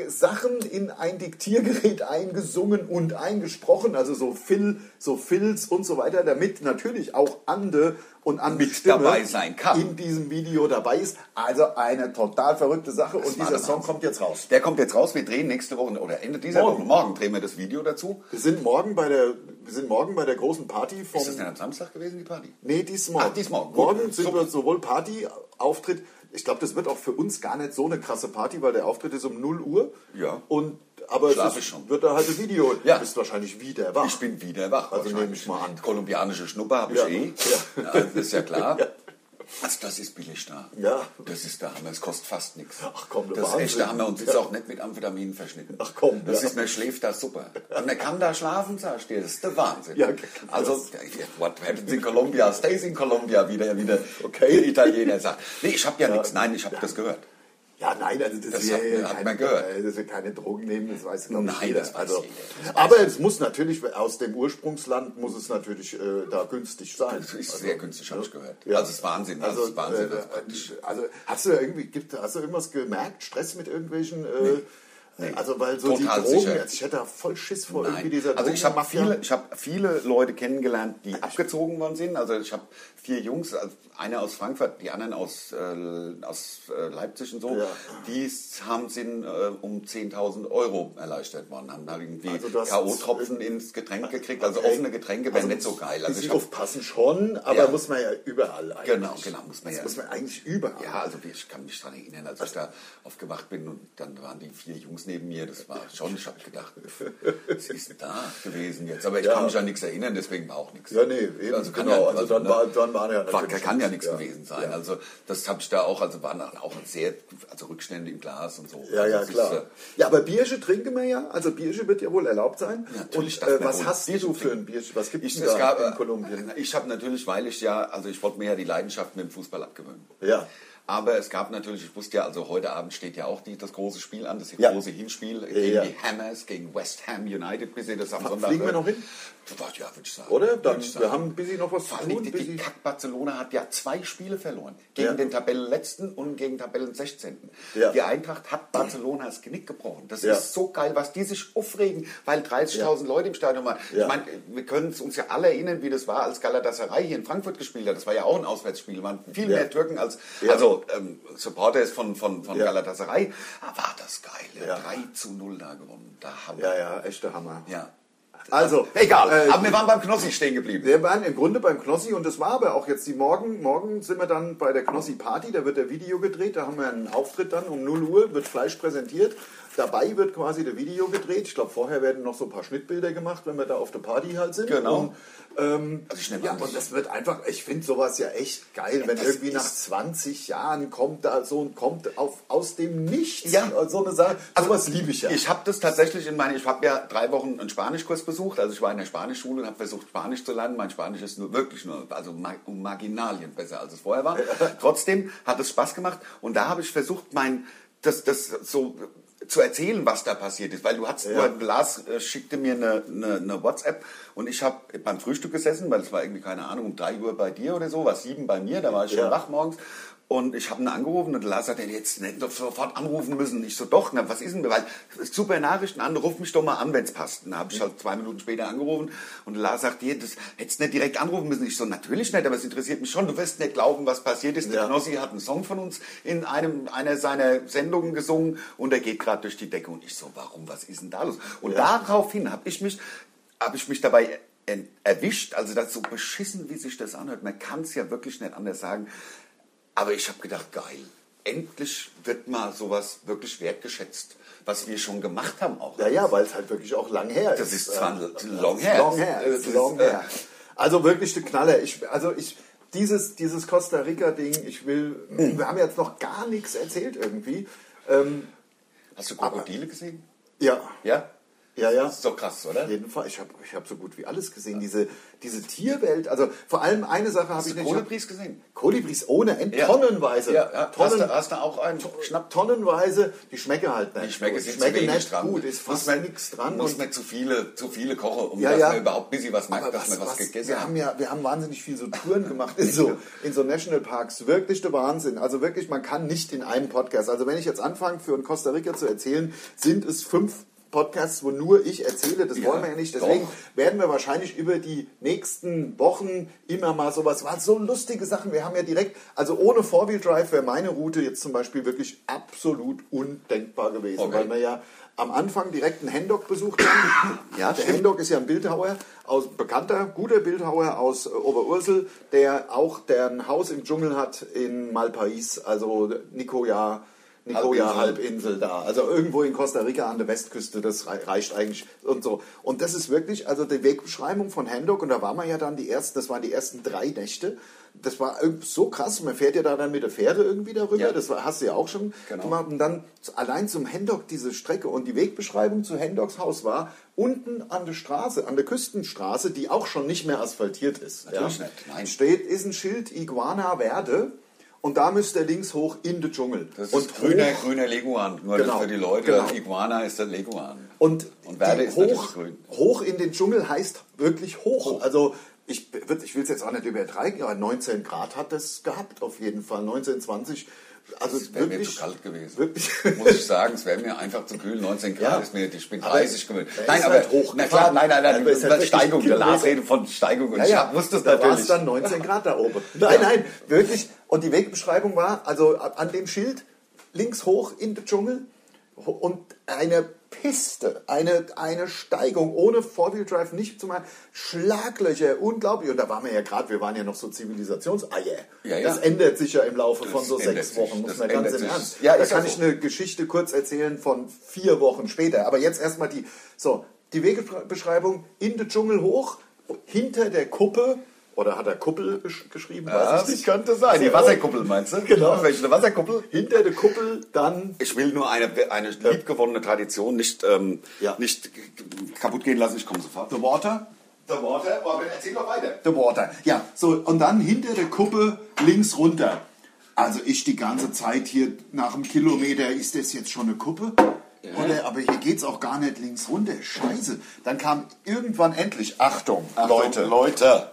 B: Sachen in ein Diktiergerät eingesungen und eingesprochen, also so Phil, so Phils und so weiter, damit natürlich auch Ande und Andes
C: Mit
B: Stimme
C: dabei sein kann.
B: in diesem Video dabei ist. Also eine total verrückte Sache und
C: war
B: dieser
C: der
B: Song kommt jetzt raus.
C: Der kommt jetzt raus, wir drehen nächste Woche oder Ende dieser
B: Morgen.
C: Woche, morgen drehen wir das Video dazu.
B: Wir sind morgen bei der, wir sind morgen bei der großen Party vom.
C: Ist das denn am Samstag gewesen, die Party?
B: Nee, diesmal.
C: Ach, dies morgen. Gut.
B: Morgen sind
C: Super.
B: wir sowohl Party, Auftritt. Ich glaube, das wird auch für uns gar nicht so eine krasse Party, weil der Auftritt ist um 0 Uhr.
C: Ja.
B: Und, aber es
C: Schlaf
B: ist,
C: ich schon.
B: wird da halt ein Video.
C: Ja.
B: Du bist wahrscheinlich wieder wach.
C: Ich bin wieder wach.
B: Also
C: wahrscheinlich.
B: nehme ich mal an.
C: Kolumbianische Schnupper habe
B: Ja.
C: ich eh.
B: Ja.
C: Also Das ist ja klar. Also das ist billig da.
B: Ja.
C: Das ist der Hammer. Es kostet fast nichts.
B: Ach komm, der
C: Das ist echt
B: Wahnsinn.
C: der Hammer und ist
B: Ja.
C: auch nicht mit Amphetaminen verschnitten.
B: Ach komm,
C: Das
B: ja.
C: ist, man schläft da super. Und man kann da schlafen, sagst du dir. Das ist der Wahnsinn.
B: Ja, okay.
C: Also, what happens in Colombia stays in Colombia, wie der, wie der okay. Italiener sagt. Nee, ich habe ja, nichts. Nein, ich habe das gehört.
B: Ja, nein, also das,
C: Das
B: ist ja
C: hat-
B: ja
C: hat
B: keine,
C: man gehört.
B: äh, Das ist ja keine Drogen nehmen, das weiß glaube ich
C: Nein,
B: jeder.
C: das weiß
B: also,
C: jeder. Das weiß
B: aber es muss natürlich aus dem Ursprungsland muss es natürlich äh, da günstig sein. Also,
C: Das ist sehr günstig, habe ich gehört.
B: Ja.
C: Also, es ist Wahnsinn. Also, es ist Wahnsinn.
B: äh,
C: Das ist praktisch.
B: also hast du da irgendwie, gibt, hast du irgendwas gemerkt? Stress mit irgendwelchen? Äh, Also weil so
C: Total
B: die Drogen,
C: sicher.
B: also ich hätte da voll Schiss vor
C: Nein.
B: irgendwie dieser
C: also ich habe
B: Drogenmafia.
C: viele, ich hab viele Leute kennengelernt, die abgezogen worden sind. Also ich habe vier Jungs, also einer aus Frankfurt, die anderen aus, äh, aus äh, Leipzig und so.
B: Ja.
C: Die s- haben sind äh, um 10.000 Euro erleichtert worden, haben da irgendwie
B: Also das- Ah,
C: K.O.-Tropfen ins Getränk gekriegt. Also offene Getränke wären
B: Also
C: nicht so geil.
B: ein
C: Also
B: bisschen
C: ich hab,
B: aufpassen schon, aber
C: Ja.
B: muss man ja überall eigentlich.
C: Genau, genau, muss man
B: das
C: ja.
B: muss man eigentlich überall.
C: ja, also ich kann mich daran erinnern, als ich da aufgewacht bin und dann waren die vier Jungs neben mir, das war schon, ich habe gedacht, was ist da gewesen jetzt? Aber ich
B: Ja.
C: kann mich an nichts erinnern, deswegen war auch nichts.
B: Ja, nee, eben,
C: also kann
B: genau,
C: ja,
B: also dann war- dann waren ja
C: war,
B: natürlich
C: kann ja nichts
B: nichts, ja.
C: gewesen sein. Also das habe ich da auch, also waren dann auch sehr, also Rückstände im Glas und so.
B: Ja,
C: also
B: ja,
C: das ist,
B: klar.
C: äh,
B: ja, aber Biersche trinken wir ja. Also Biersche wird ja wohl erlaubt sein.
C: Natürlich
B: Und
C: darf
B: äh,
C: man
B: was
C: wohl
B: hast
C: Biersche
B: du für
C: trinken.
B: ein Biersche? Was gibt es
C: ich,
B: da
C: es gab, äh,
B: in Kolumbien?
C: Ich habe natürlich, weil ich ja, also ich wollte mir ja die Leidenschaft mit dem Fußball abgewöhnen.
B: Ja.
C: Aber es gab natürlich, ich wusste ja, also heute Abend steht ja auch die, das große Spiel an, das
B: Ja.
C: große Hinspiel gegen
B: Ja.
C: die Hammers, gegen West Ham United, bis ihr das am Sonntag
B: Fliegen wir
C: hört.
B: noch hin?
C: Ja, würde ich sagen.
B: Oder?
C: Würd
B: Dann,
C: ich
B: wir
C: sagen.
B: haben ein bisschen noch was zu
C: Vor allem
B: tun.
C: die,
B: bis
C: die
B: ich-
C: Kack Barcelona hat ja zwei Spiele verloren. Gegen
B: Ja.
C: den Tabellenletzten und gegen Tabellen 16.
B: Ja.
C: Die Eintracht hat Barcelona das Genick gebrochen. Das
B: Ja.
C: ist so geil, was die sich aufregen, weil 30.000 Leute im Stadion waren.
B: Ja.
C: Ich meine, wir können es uns ja alle erinnern, wie das war, als Galatasaray hier in Frankfurt gespielt hat. Das war ja auch ein Auswärtsspiel. Es waren viel
B: Ja.
C: mehr Türken als
B: Ja.
C: also, ähm, Supporters von, von, von
B: Ja.
C: Galatasaray. Ah, war das geil.
B: Ja.
C: 3 zu 0 da gewonnen. Da haben
B: Ja,
C: wir.
B: ja, echter Hammer.
C: Ja.
B: Also,
C: Egal,
B: äh,
C: aber wir waren beim Knossi stehen geblieben.
B: Wir waren im Grunde beim Knossi und das war aber auch jetzt die Morgen. Morgen sind wir dann bei der Knossi-Party, da wird der Video gedreht, da haben wir einen Auftritt dann um 0 Uhr, wird Fleisch präsentiert. Dabei wird quasi der Video gedreht. Ich glaube, vorher werden noch so ein paar Schnittbilder gemacht, wenn wir da auf der Party halt sind.
C: Genau.
B: Und, ähm,
C: Also ich nehme
B: ja,
C: an,
B: und das wird einfach, ich finde sowas ja echt geil, wenn
C: das
B: irgendwie
C: ist-
B: nach 20 Jahren kommt da so und kommt auf, aus dem Nichts
C: Ja. Also
B: so eine Sache. sowas liebe ich ja.
C: Ich habe das tatsächlich in meine, ich habe ja drei Wochen einen Spanischkurs besucht, also ich war in der Spanischschule und habe versucht Spanisch zu lernen. Mein Spanisch ist nur wirklich nur, also ma- um Marginalien besser als es vorher war. Trotzdem hat es Spaß gemacht und da habe ich versucht, mein, das, das so zu erzählen, was da passiert ist, weil du hast nur, Lars äh, schickte mir eine, eine, eine WhatsApp und ich habe beim Frühstück gesessen, weil es war irgendwie, keine Ahnung, um drei Uhr bei dir oder so, war sieben bei mir, da war ich schon
B: Ja.
C: wach morgens und ich habe ihn angerufen und Lars hat er jetzt nicht doch sofort anrufen müssen. Ich so, doch, na, was ist denn, weil super Nachrichten an, ruf mich doch mal an, wenn's passt. Und dann habe ich halt zwei Minuten später angerufen und Lars sagt, dir, das hättest nicht direkt anrufen müssen. Ich so, natürlich nicht, aber es interessiert mich schon, du wirst nicht glauben, was passiert ist.
B: Ja.
C: Der Knossi hat einen Song von uns in einem, einer seiner Sendungen gesungen und er geht gerade durch die Decke und ich so, warum, was ist denn da los? Und daraufhin habe ich mich, habe ich mich dabei en- erwischt, also das so beschissen, wie sich das anhört. Man kann es ja wirklich nicht anders sagen. Aber ich habe gedacht, geil, endlich wird mal sowas wirklich wertgeschätzt, was wir schon gemacht haben auch.
B: Ja, ja, weil es halt wirklich auch lang her ist.
C: Das ist
B: Äh,
C: zwar long
B: it's
C: her.
B: Long her.
C: Das
B: it's
C: ist,
B: long
C: äh,
B: her. Also wirklich eine Knaller. Ich, also ich, dieses, dieses Costa Rica-Ding, ich will,
C: Hm.
B: wir haben jetzt noch gar nichts erzählt irgendwie. Ähm,
C: Hast du Krokodile gesehen?
B: ja,
C: Ja?
B: Ja, ja.
C: Das ist doch krass, oder?
B: Auf jeden Fall. Ich habe ich hab so gut wie alles gesehen. Diese, diese Tierwelt. Also vor allem eine Sache habe ich nicht.
C: Kolibris gesehen.
B: Kolibris ohne Ende.
C: Ja.
B: Tonnenweise.
C: Ja, ja. Hast,
B: Tonnen,
C: du, hast du auch einen?
B: schnapp tonnenweise. Die schmecken halt nicht.
C: Ich schmecke,
B: gut.
C: es ist zu wenig
B: nicht
C: dran.
B: gut. Ist fast
C: Muss man-
B: nichts dran.
C: Muss
B: Und-
C: man zu viele, zu viele kochen, um
B: Ja,
C: dass
B: ja.
C: man überhaupt ein bisschen was merkt,
B: Aber
C: dass man was, gegessen
B: wir
C: hat.
B: haben ja, wir haben wahnsinnig viel so Touren gemacht in so, in so Nationalparks. Wirklich der Wahnsinn. Also wirklich, man kann nicht in einem Podcast. Also wenn ich jetzt anfange, für einen Costa Rica zu erzählen, sind es fünf Podcasts, wo nur ich erzähle. Das
C: Ja,
B: wollen wir ja nicht. Deswegen
C: doch.
B: werden wir wahrscheinlich über die nächsten Wochen immer mal sowas. War so lustige Sachen. Wir haben ja direkt, also ohne Four-Wheel Drive wäre meine Route jetzt zum Beispiel wirklich absolut undenkbar gewesen,
C: Okay.
B: weil wir ja am Anfang direkt einen Hendok besucht haben.
C: Ja,
B: der
C: stimmt.
B: Hendok ist ja ein Bildhauer, aus, bekannter, guter Bildhauer aus äh, Oberursel, der auch der ein Haus im Dschungel hat in Malpais, also Nicoya, Nicoya Halbinsel da. Also irgendwo in Costa Rica an der Westküste, das rei- reicht eigentlich und so. Und das ist wirklich, also die Wegbeschreibung von Hendok, und da waren wir ja dann die ersten, das waren die ersten drei Nächte. Das war irg- so krass, man fährt ja da dann mit der Fähre irgendwie darüber,
C: Ja.
B: das war, hast du ja auch schon
C: Genau.
B: gemacht. Und um dann zu- allein zum Hendok diese Strecke und die Wegbeschreibung zu Hendoks Haus war, unten an der Straße, an der Küstenstraße, die auch schon nicht mehr asphaltiert ist.
C: Natürlich nicht, nein.
B: Steht, ist ein Schild Iguana Verde und da müsst ihr links hoch in den Dschungel.
C: Das ist
B: und
C: grüner,
B: hoch-
C: grüner Leguan. Nur
B: Genau,
C: das für die Leute,
B: genau.
C: Iguana ist der Leguan.
B: Und,
C: Und Verde
B: die
C: ist natürlich
B: hoch,
C: grün.
B: hoch in den Dschungel heißt wirklich hoch. Also ich, würd- ich will es jetzt auch nicht übertreiben, aber 19 Grad hat das gehabt auf jeden Fall. 19, 20. Also
C: Es wäre mir
B: wirklich
C: zu kalt gewesen.
B: Wirklich.
C: Muss ich sagen, es wäre mir einfach zu kühl. 19 Grad
B: Ja.
C: ist mir, ich bin
B: Aber
C: 30 gewöhnt.
B: er
C: Nein,
B: ist
C: aber
B: halt hochgefahren.
C: Na klar, nein, nein, nein.
B: Aber ist halt richtig
C: Steigung, der
B: Kilometer.
C: Lars redet von Steigung und
B: Ja,
C: ich
B: ja,
C: hab- wusste es
B: da war es
C: natürlich.
B: dann 19 Grad da oben. Nein, nein, wirklich. Und die Wegbeschreibung war, also ab- an dem Schild, links hoch in den Dschungel ho- und eine Piste, eine, eine Steigung ohne Four-Wheel-Drive, nicht zu machen. Schlaglöcher, unglaublich. Und da waren wir ja gerade, wir waren ja noch so Zivilisationseier.
C: Ja, ja.
B: Das ändert sich ja im Laufe von
C: Das
B: so
C: ändert
B: sechs
C: sich,
B: Wochen, muss
C: das
B: man ganz
C: ändert
B: im
C: sich.
B: Ernst.
C: Ja,
B: da
C: ist
B: kann
C: ja
B: ich
C: so.
B: eine Geschichte kurz erzählen von vier Wochen später. Aber jetzt erstmal die, so, die Wegebeschreibung in den Dschungel hoch, hinter der Kuppe, oder hat er Kuppel gesch geschrieben?
C: Ja,
B: weiß ich
C: das
B: nicht.
C: könnte sein. Äh, Die Wasserkuppel meinst du?
B: Genau.
C: Welche Wasserkuppel?
B: Hinter der Kuppel dann.
C: Ich will nur eine, eine liebgewonnene Tradition nicht, ähm,
B: Ja.
C: nicht kaputt gehen lassen. Ich komme sofort.
B: The Water?
C: The Water, aber erzähl doch weiter.
B: The Water. Ja, so, und dann hinter der Kuppe links runter. Also ich die ganze Zeit hier nach einem Kilometer, ist das jetzt schon eine Kuppe? Oder, aber hier geht's auch gar nicht links runter. Scheiße. Dann kam irgendwann endlich, Achtung, Leute.
C: Leute.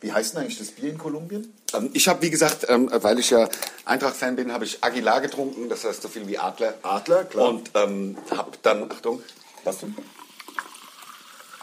B: Wie heißt denn eigentlich das Bier in Kolumbien?
C: Ähm, Ich habe, wie gesagt, ähm, weil ich ja Eintracht-Fan bin, habe ich Aguilar getrunken, das heißt so viel wie Adler.
B: Adler, klar.
C: Und ähm, habe dann, Achtung, was denn?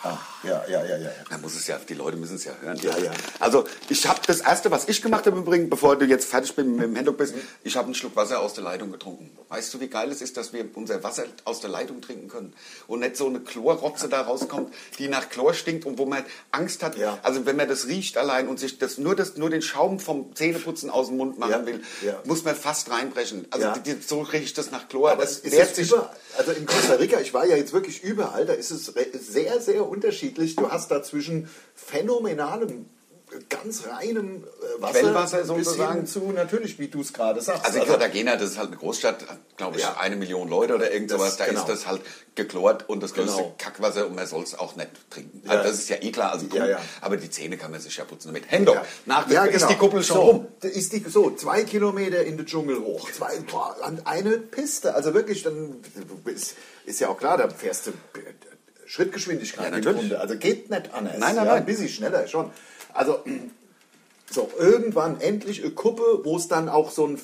B: Ah, Ja, ja, ja, ja.
C: Man muss es ja, die Leute müssen es ja hören.
B: Ja, ja.
C: Also ich habe das Erste, was ich gemacht habe übrigens, bevor du jetzt fertig bin, mit dem Händler bist, ich habe einen Schluck Wasser aus der Leitung getrunken. Weißt du, wie geil es ist, dass wir unser Wasser aus der Leitung trinken können und nicht so eine Chlorrotze da rauskommt, die nach Chlor stinkt und wo man halt Angst hat.
B: Ja.
C: Also wenn man das riecht allein und sich das nur, das, nur den Schaum vom Zähneputzen aus dem Mund machen
B: Ja,
C: will,
B: ja.
C: muss man fast reinbrechen. Also
B: Ja.
C: die, die, so riecht das nach Chlor.
B: Aber
C: das
B: ist
C: wehrt
B: es über, also in Costa Rica, ich war ja jetzt wirklich überall, da ist es re- sehr, sehr unterschiedlich. Du hast da zwischen phänomenalem, ganz reinem äh, Wasser,
C: Quellwasser
B: bis
C: sozusagen.
B: hin zu natürlich, wie du es gerade sagst.
C: Also Cartagena, das ist halt eine Großstadt, glaube ich,
B: Ja.
C: eine Million Leute oder irgend
B: Das-
C: sowas. Da
B: genau.
C: ist das halt geklort und das größte
B: Genau.
C: Kackwasser und man soll es auch nicht trinken.
B: Ja.
C: Also das ist ja eh klar. Also gut,
B: Ja, ja.
C: aber die Zähne kann man sich ja putzen mit Händel. Nach
B: Ja,
C: ist
B: genau.
C: die Kuppel schon
B: so,
C: rum.
B: da Ist die, so, zwei Kilometer in den Dschungel hoch. Zwei, boah, an eine Piste. Also wirklich, dann ist, ist ja auch klar, da fährst du äh, Schrittgeschwindigkeit
C: Ja,
B: im
C: natürlich.
B: Grunde. Also geht nicht anders.
C: Nein, nein,
B: ja,
C: nein.
B: Ein bisschen schneller schon. Also, so, irgendwann endlich eine Kuppe, wo es dann auch so ein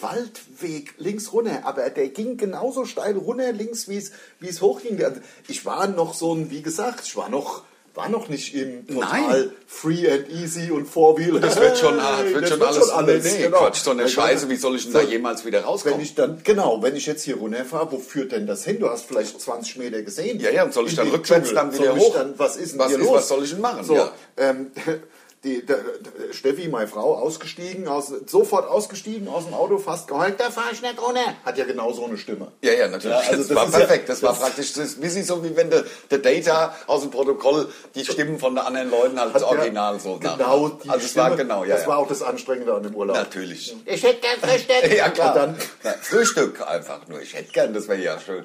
B: Waldweg links runter, aber der ging genauso steil runter links, wie es wie es hochging. Also Ich war noch so ein, wie gesagt, ich war noch war noch nicht im total
C: Nein.
B: free and easy und four wheel.
C: Das wird schon, ah, das wird schon alles. nee,
B: genau.
C: Quatsch, so eine Scheiße, wie soll ich denn da jemals wieder rauskommen?
B: Wenn ich dann, genau, wenn ich jetzt hier runterfahre, wo führt denn das hin? Du hast vielleicht 20 Meter gesehen.
C: Ja, ja, und soll ich
B: In
C: dann
B: den
C: rückwärts
B: Dschungel.
C: dann wieder
B: soll ich
C: hoch?
B: Dann, was ist denn
C: Was
B: hier
C: ist-
B: los?
C: was soll ich denn machen?
B: So,
C: Ja.
B: ähm, die, der, der Steffi, meine Frau, ausgestiegen, aus, sofort ausgestiegen aus dem Auto, fast geheult, da fahr ich nicht runter. Hat ja genau so eine Stimme.
C: Ja, ja, natürlich.
B: Ja, also
C: das,
B: das
C: war
B: ist ja-
C: perfekt. das war
B: das-
C: praktisch das ist wie sie so, wie wenn der, der Data aus dem Protokoll die Stimmen von den anderen Leuten halt das
B: Hat ja
C: Original so
B: Genau
C: nachmacht.
B: die
C: Also es
B: Stimme.
C: war genau, ja.
B: Das
C: ja.
B: war auch das Anstrengende an dem Urlaub.
C: Natürlich.
A: Ich hätte gern Frühstück.
C: Ja, klar.
B: Und dann-
C: Na, Frühstück einfach nur. Ich hätte gern, das wäre ja schön.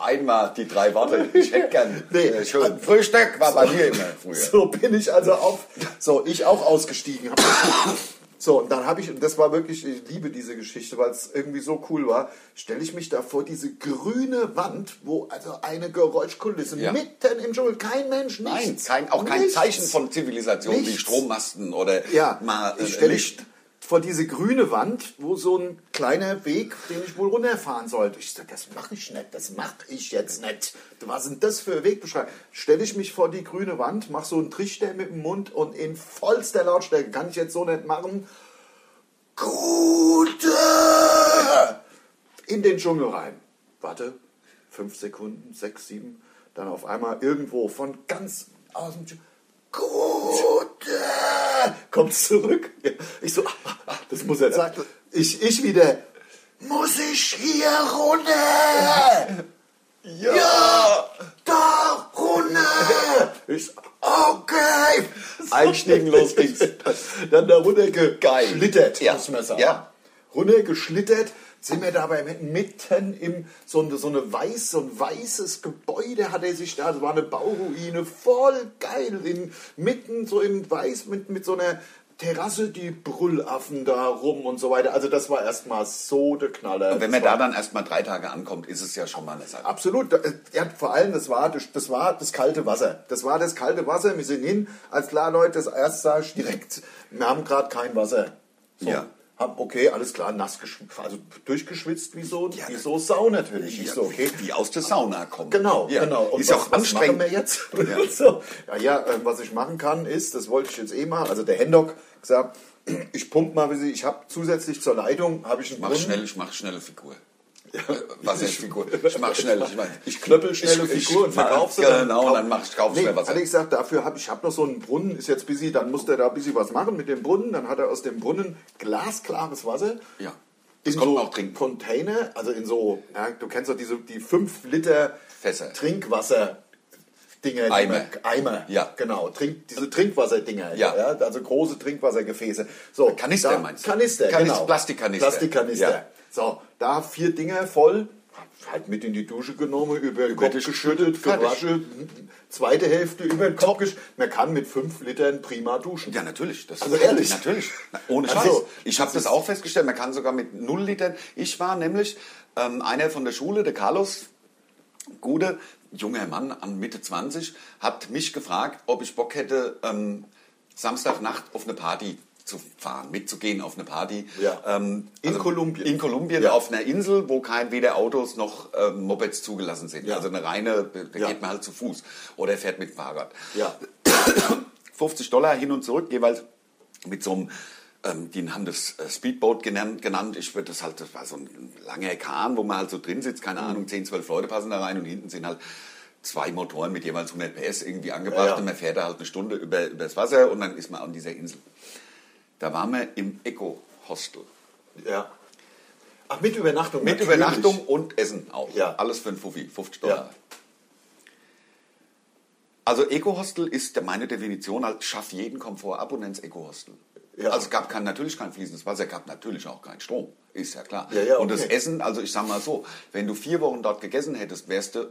C: Einmal die drei Worte. Ich hätte gern.
B: Nee.
C: äh, schön. Frühstück war bei mir immer früher.
B: So bin ich also auf. So, ich auch ausgestiegen. So, und dann habe ich, und das war wirklich, ich liebe diese Geschichte, weil es irgendwie so cool war, stelle ich mich da vor diese grüne Wand, wo also eine Geräuschkulisse
C: Ja.
B: mitten im Dschungel, kein Mensch, nichts.
C: Nein, kein, auch kein
B: Nichts.
C: Zeichen von Zivilisation wie
B: Nichts.
C: Strommasten oder
B: Ja,
C: mal
B: ich
C: äh,
B: stelle
C: Licht.
B: vor diese grüne Wand, wo so ein kleiner Weg, den ich wohl runterfahren sollte. Ich sage, das mache ich nicht, das mache ich jetzt nicht. Was sind das für Wegbeschreibungen? Stelle ich mich vor die grüne Wand, mache so einen Trichter mit dem Mund und in vollster Lautstärke, kann ich jetzt so nicht machen, Gute! In den Dschungel rein. Warte, fünf Sekunden, sechs, sieben, dann auf einmal irgendwo von ganz aus dem Dschungel. Gute! Kommt zurück. Ich so, ah, das muss er sagen. Ich, ich wieder, muss ich hier runter? Ja! Da runter! Ich so, okay!
C: Einstiegen, los ging's.
B: Dann da runter geschlittert.
C: Ja.
B: muss man sagen.
C: Ja.
B: Runtergeschlittert sind wir dabei mitten im so, eine, so eine weiß, so ein weißes Gebäude hat er sich da, das war eine Bauruine, voll geil, in, mitten so im Weiß mit, mit so einer Terrasse, die Brüllaffen da rum und so weiter. Also das war erstmal so der Knaller.
C: Wenn
B: Das
C: man
B: war
C: da dann erstmal drei Tage ankommt, ist es ja schon mal eine Sache.
B: Absolut. Da- äh, Ja, vor allem, das war, das war das kalte Wasser. Das war das kalte Wasser. Wir sind hin. Als klar, Leute, das erst sah ich direkt. Wir haben gerade kein Wasser. So.
C: Ja.
B: Hab, okay, alles klar, nass geschwitzt. Also durchgeschwitzt wie so,
C: Ja,
B: wie
C: das-
B: so Sau natürlich. ich
C: Ja,
B: so, okay.
C: Wie aus der Sauna kommen.
B: Genau,
C: ja.
B: genau.
C: ist ja auch anstrengend.
B: Was machen wir jetzt?
C: Ja.
B: so. ja, ja, äh, was ich machen kann, ist, das wollte ich jetzt eh mal, also der Hendock gesagt, ich pump mal, wie sie, ich habe zusätzlich zur Leitung, habe ich einen
C: Mach
B: Brunnen.
C: schnell, ich mach schnelle Figur. Äh, Was ist Figur? Ich mach schnell, ich mein,
B: Ich knöppel schnelle
C: ich- ich-
B: Figur und verkauf sie. dann.
C: Genau, dann mach ich, kauf
B: nee,
C: schnell was.
B: Hat er gesagt, dafür habe ich hab noch so einen Brunnen, ist jetzt busy, dann musste er da busy was machen mit dem Brunnen. Dann hat er aus dem Brunnen glasklares Wasser.
C: Ja. Das
B: in
C: konnten
B: so
C: wir auch trinken.
B: Container, also in so, ja, du kennst doch diese, die 5 Liter
C: Fässer.
B: Trinkwasser. Dinger,
C: Eimer.
B: Eimer,
C: Ja.
B: genau. Trink, diese Trinkwasserdinger,
C: Ja.
B: also große Trinkwassergefäße. So,
C: Kanister
B: da,
C: meinst du?
B: Kanister,
C: Kanis-
B: genau.
C: Plastikkanister.
B: Plastikkanister.
C: Ja.
B: So, da vier Dinger voll, hab halt mit in die Dusche genommen, über den Kopf
C: dich
B: geschüttet,
C: fertig.
B: gewaschen, zweite Hälfte über den Kopf geschüttet. Man kann mit fünf Litern prima duschen.
C: Ja, natürlich. Das
B: Also ehrlich?
C: Natürlich. Na, Ohne Scheiß.
B: Also,
C: ich habe das auch festgestellt, man kann sogar mit null Litern. Ich war nämlich ähm, einer von der Schule, der Carlos Gude, junger Mann an Mitte 20, hat mich gefragt, ob ich Bock hätte, ähm, Samstagnacht auf eine Party zu fahren, mitzugehen auf eine Party.
B: Ja.
C: Ähm,
B: In Kolumbien.
C: In Kolumbien,
B: Ja.
C: auf einer Insel, wo kein, weder Autos noch ähm, Mopeds zugelassen sind.
B: Ja.
C: Also eine reine, da
B: Ja.
C: geht man halt zu Fuß oder fährt mit dem Fahrrad.
B: Ja.
C: 50 Dollar hin und zurück, jeweils mit so einem, ähm, die haben das äh, Speedboat genannt, genannt. ich würde das halt, das war so ein langer Kahn, wo man halt so drin sitzt, keine
B: Mhm.
C: Ahnung, 10, 12 Leute passen da rein und hinten sind halt zwei Motoren mit jeweils 100 PS irgendwie angebracht
B: Ja, ja.
C: und man fährt da halt eine Stunde über, übers Wasser und dann ist man an dieser Insel. Da waren wir im Eco-Hostel.
B: Ja. Ach, mit Übernachtung.
C: Mit
B: natürlich.
C: Übernachtung und Essen auch.
B: Ja.
C: Alles für einen Fuffi, 50
B: Ja.
C: Dollar. Also Eco-Hostel ist meine Definition als schaff jeden Komfort ab und nenn's Eco-Hostel.
B: Ja.
C: Also es gab kein, natürlich kein fließendes Wasser, gab natürlich auch keinen Strom, ist ja klar.
B: Ja, ja,
C: Und das
B: okay.
C: Essen, also ich sag mal so, wenn du vier Wochen dort gegessen hättest, wärst du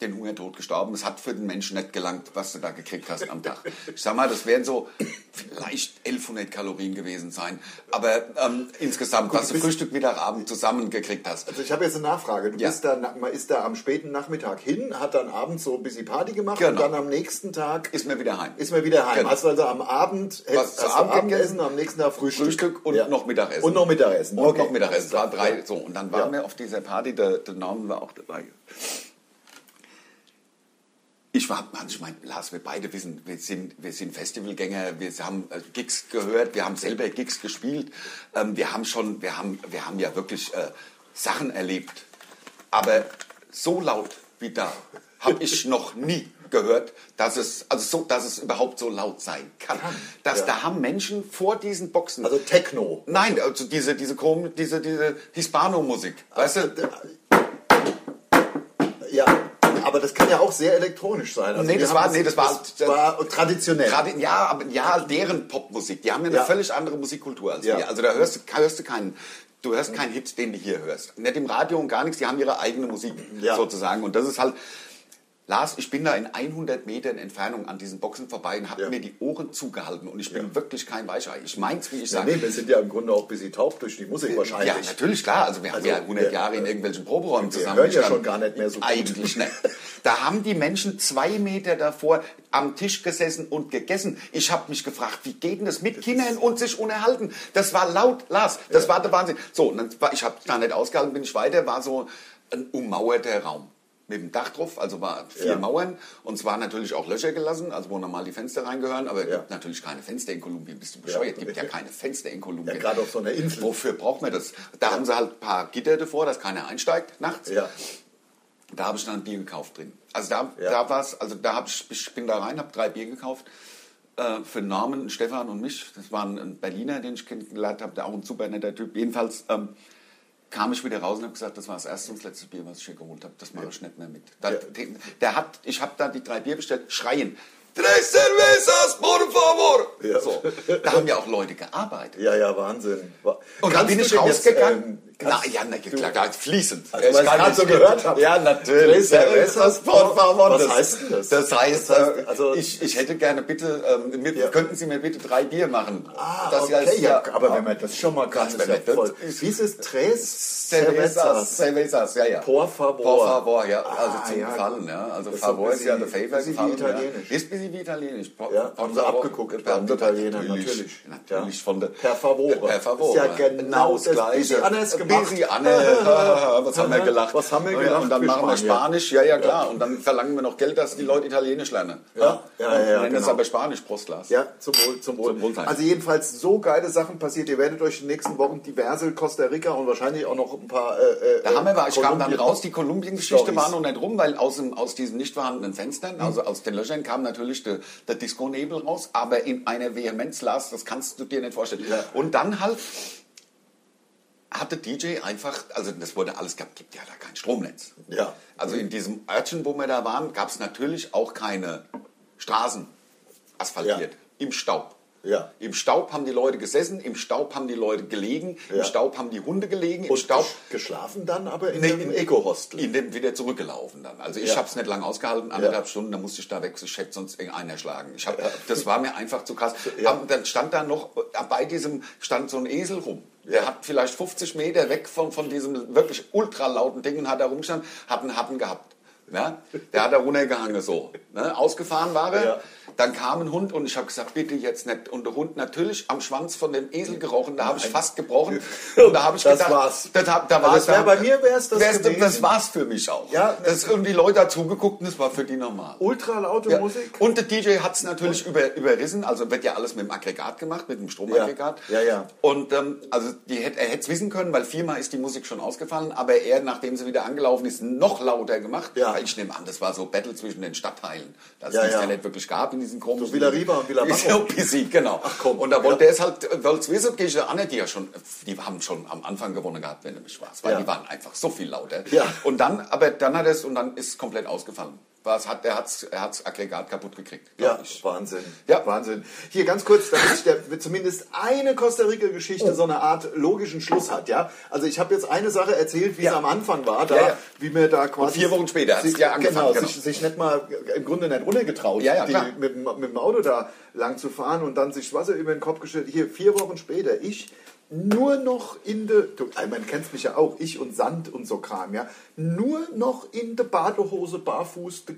C: den Hungertod gestorben. Es hat für den Menschen nicht gelangt, was du da gekriegt hast am Tag. Ich sag mal, das wären so vielleicht 1100 Kalorien gewesen sein, aber ähm, insgesamt, was du
B: bist-
C: Frühstück, Mittagabend zusammengekriegt hast.
B: Also ich habe jetzt eine Nachfrage. Du
C: Ja.
B: bist da, man ist da am späten Nachmittag hin, hat dann abends so ein bisschen Party gemacht und
C: Genau.
B: dann am nächsten Tag
C: Ist mir wieder heim.
B: ist man wieder heim.
C: Genau.
B: Hast du also am Abend
C: Was
B: hast
C: zu
B: du
C: Abend
B: Abendessen,
C: gegessen?
B: am nächsten Tag Frühstück.
C: Frühstück und noch Mittagessen.
B: Und noch Mittagessen.
C: Und
B: Okay.
C: noch Mittagessen. War drei,
B: Ja.
C: so. Und dann waren
B: Ja.
C: wir auf dieser Party, der, der Norman war auch dabei. Ich war, Mann, ich meine, Lars, wir beide wissen, wir sind, wir sind Festivalgänger, wir haben äh, Gigs gehört, wir haben selber Gigs gespielt, ähm, wir haben schon, wir haben, wir haben ja wirklich äh, Sachen erlebt. Aber so laut wie da habe ich noch nie gehört, dass es, also so, dass es überhaupt so laut sein kann. Dass
B: Ja.
C: da haben Menschen vor diesen Boxen
B: Also Techno.
C: Nein, also diese, diese, Chrom- diese, diese Hispano-Musik. Weißt du?
B: Ah, Ja, aber das kann ja auch sehr elektronisch sein. Also
C: Nee,
B: wir
C: das
B: haben
C: war- nee, das war-
B: das war traditionell.
C: Gerade, ja, aber ja, deren Popmusik. Die haben ja eine
B: Ja.
C: völlig andere Musikkultur als
B: Ja.
C: wir. Also da hörst du, hörst du keinen, Du hörst keinen Hit, den du hier hörst. Nicht im Radio und gar nichts, die haben ihre eigene Musik
B: Ja.
C: sozusagen. Und das ist halt, Lars, ich bin da in 100 Metern Entfernung an diesen Boxen vorbei und habe
B: Ja.
C: mir die Ohren zugehalten. Und ich bin wirklich kein Weichei. Ich meins, wie ich
B: Ja,
C: sage.
B: nee, wir sind ja im Grunde auch ein bisschen taub durch die Musik wahrscheinlich.
C: Ja, natürlich, klar. Also wir haben
B: Also,
C: ja 100
B: wir-
C: Jahre in irgendwelchen Proberäumen zusammen.
B: hören ja schon gar nicht mehr so gut.
C: Eigentlich nicht. Da haben die Menschen zwei Meter davor am Tisch gesessen und gegessen. Ich habe mich gefragt, wie geht denn das mit Kindern und sich unterhalten? Das war laut, Lars. Das war der Wahnsinn. So, und dann war, ich habe da nicht ausgehalten, bin ich weiter, war so ein ummauerter Raum. Mit dem Dach drauf, also war vier
B: Ja.
C: Mauern und es waren natürlich auch Löcher gelassen, also wo normal die Fenster reingehören, aber es
B: Ja.
C: gibt natürlich keine Fenster in Kolumbien, bist du bescheuert, gibt ja keine Fenster in Kolumbien.
B: Ja, gerade auf so einer Insel.
C: Wofür braucht man das? Da haben sie halt ein paar Gitter davor, dass keiner einsteigt nachts.
B: Ja.
C: Da habe ich dann ein Bier gekauft drin. Also da,
B: Ja.
C: da war es, also da hab ich, ich bin da rein, habe drei Bier gekauft. äh, Für Norman, Stefan und mich. Das war ein- ein Berliner, den ich kennengelernt habe, der auch ein super netter Typ. Jedenfalls ähm, kam ich wieder raus und habe gesagt, das war das erste und das letzte Bier, was ich hier geholt habe. Das mache ich nicht mehr mit. Da,
B: Ja.
C: der, der hat, ich habe da die drei Bier bestellt, schreien. Tres cervezas, por favor!
B: Ja.
C: So. Da haben ja auch Leute gearbeitet.
B: Ja, ja, Wahnsinn. Wa-
C: Und dann
B: Kannst
C: bin
B: du
C: ich
B: denn
C: rausgegangen.
B: Jetzt, ähm, kannst,
C: na, ja, na, klar, klar, fließend.
B: Also, weil ich grad so gehört habe.
C: Ja, natürlich.
B: Tres cervezas, por favor.
C: Das-
B: Was heißt denn das?
C: Das heißt,
B: Das heißt,
C: äh,
B: also-
C: ich, ich hätte gerne bitte, ähm, mit,
B: Ja.
C: könnten Sie mir bitte drei Bier machen?
B: ah,
C: das
B: okay,
C: heißt,
B: ja,
C: ja,
B: aber wenn man das schon mal kann, ist
C: wenn
B: ja
C: man das-
B: voll. Dieses Tres Cervezas.
C: Cervezas, Cervezas, ja, ja.
B: Por favor.
C: Por favor, ja,
B: Ah,
C: also zum
B: ja, gut.
C: Gefallen, ja. Also
B: Das ist
C: Favor
B: so
C: ist ja der
B: bisschen-
C: Favor
B: bisschen wie
C: gefallen.
B: italienisch.
C: Ja. Ist ein bisschen wie italienisch. Por-
B: Ja,
C: por
B: haben sie
C: favor.
B: abgeguckt
C: Ja,
B: beim Italiener, natürlich.
C: natürlich. Natürlich
B: Ja.
C: von der...
B: Per favor.
C: Per favor.
B: Ist ja genau das bisschen anders gemacht.
C: Bisschen anders. Was haben wir gelacht?
B: Was haben wir
C: Ja,
B: gelacht
C: Und dann
B: für
C: machen wir
B: Spanier.
C: Spanisch, ja, ja, klar. Und dann verlangen wir noch Geld, dass die Leute Italienisch lernen.
B: Ja, ja, ja,
C: Wir nennen
B: genau.
C: das aber Spanisch, Prostglas.
B: Ja, zum Wohl, zum Wohl.
C: Zum Wohlsein.
B: Also jedenfalls so geile Sachen passiert. Ihr werdet euch in den nächsten Wochen diverse Costa Rica und wahrscheinlich auch noch ein paar. Äh, äh,
C: Da haben wir, ich kam dann
B: Kolumbien-
C: raus, die Kolumbien-Geschichte
B: Stories. Mhm.
C: war noch nicht rum, weil aus, dem, aus diesen nicht vorhandenen Fenstern, also aus den Löchern, kam natürlich der, der Disco-Nebel raus, aber in einer Vehemenz, Lars, das kannst du dir nicht vorstellen.
B: Ja.
C: Und dann halt hatte DJ einfach, also das wurde alles, gab, gibt ja da kein Stromnetz.
B: Ja.
C: Also in diesem Örtchen, wo wir da waren, gab es natürlich auch keine Straßen asphaltiert,
B: Ja.
C: im Staub.
B: Ja.
C: Im Staub haben die Leute gesessen, im Staub haben die Leute gelegen,
B: Ja.
C: im Staub haben die Hunde gelegen, im
B: Und
C: Staub
B: gesch- geschlafen dann aber in
C: Nee,
B: einem
C: im-
B: Eco-Hostel.
C: in dem wieder zurückgelaufen dann. Also ich
B: Ja.
C: habe es nicht lange ausgehalten, anderthalb
B: Ja.
C: Stunden, dann musste ich da weg, ich hätte sonst irgendeiner schlagen. Ich hab, Das war mir einfach zu krass.
B: Ja.
C: Aber dann stand da noch, äh, bei diesem stand so ein Esel rum. Der hat vielleicht 50 Meter weg von, von diesem wirklich ultralauten Ding und hat da rumgestanden, hat einen Happen gehabt. Ja? Der hat da runtergehangen so. Ne? Ausgefahren war er.
B: Ja.
C: Dann kam ein Hund und ich habe gesagt, bitte jetzt nicht. Und der Hund natürlich am Schwanz von dem Esel gerochen, da habe ich fast gebrochen. Und da habe ich
B: Das
C: gedacht,
B: war's.
C: Das, hab- da
B: Also
C: war
B: es wär bei mir wär's das gewesen.
C: das war's für mich auch.
B: Ja,
C: das und die Leute dazu geguckt und das war für die normal.
B: Ultra laute
C: Ja.
B: Musik.
C: Und der DJ hat es natürlich über, überrissen, also wird ja alles mit dem Aggregat gemacht, mit dem Stromaggregat.
B: Ja, ja, ja.
C: Und ähm, also die, hätt- er hätte es wissen können, weil viermal ist die Musik schon ausgefallen, aber er, nachdem sie wieder angelaufen ist, noch lauter gemacht.
B: Ja.
C: Weil ich nehme an, das war so Battle zwischen den Stadtteilen, dass
B: Ja,
C: es
B: ja.
C: ja nicht wirklich gab in diesen komischen...
B: Villa Riva und Villa Mango.
C: So busy, genau. Ach
B: komm.
C: Und da wollte
B: Ja.
C: er es halt, weil es wissen, gehe ich an, die ja schon, die haben schon am Anfang gewonnen gehabt, wenn du mich warst, weil
B: Ja.
C: die waren einfach so viel lauter.
B: Ja.
C: Und dann, aber dann hat er es und dann ist es komplett ausgefallen. Was hat, er hat's, er hat's Aggregat kaputt gekriegt. glaub
B: Ja,
C: ich.
B: Wahnsinn.
C: Ja.
B: Wahnsinn. Hier ganz kurz, damit ich der, zumindest eine Costa
C: Oh.
B: Rica-Geschichte so eine Art logischen Schluss hat. Ja, also ich habe jetzt eine Sache erzählt, wie es am Anfang war, da,
C: Ja, ja.
B: wie mir da quasi
C: vier Wochen später hat's
B: sich,
C: ja angefangen,
B: genau,
C: genau.
B: Sich, sich nicht mal im Grunde nicht runtergetraut,
C: Ja, ja,
B: die,
C: klar.
B: mit, dem- mit dem Auto da lang zu fahren und dann sich das Wasser über den Kopf gestellt. Hier vier Wochen später ich nur noch in de, du, ey, man kennt mich ja auch, ich und Sand und so Kram, ja, nur noch in der Badehose barfuß, de,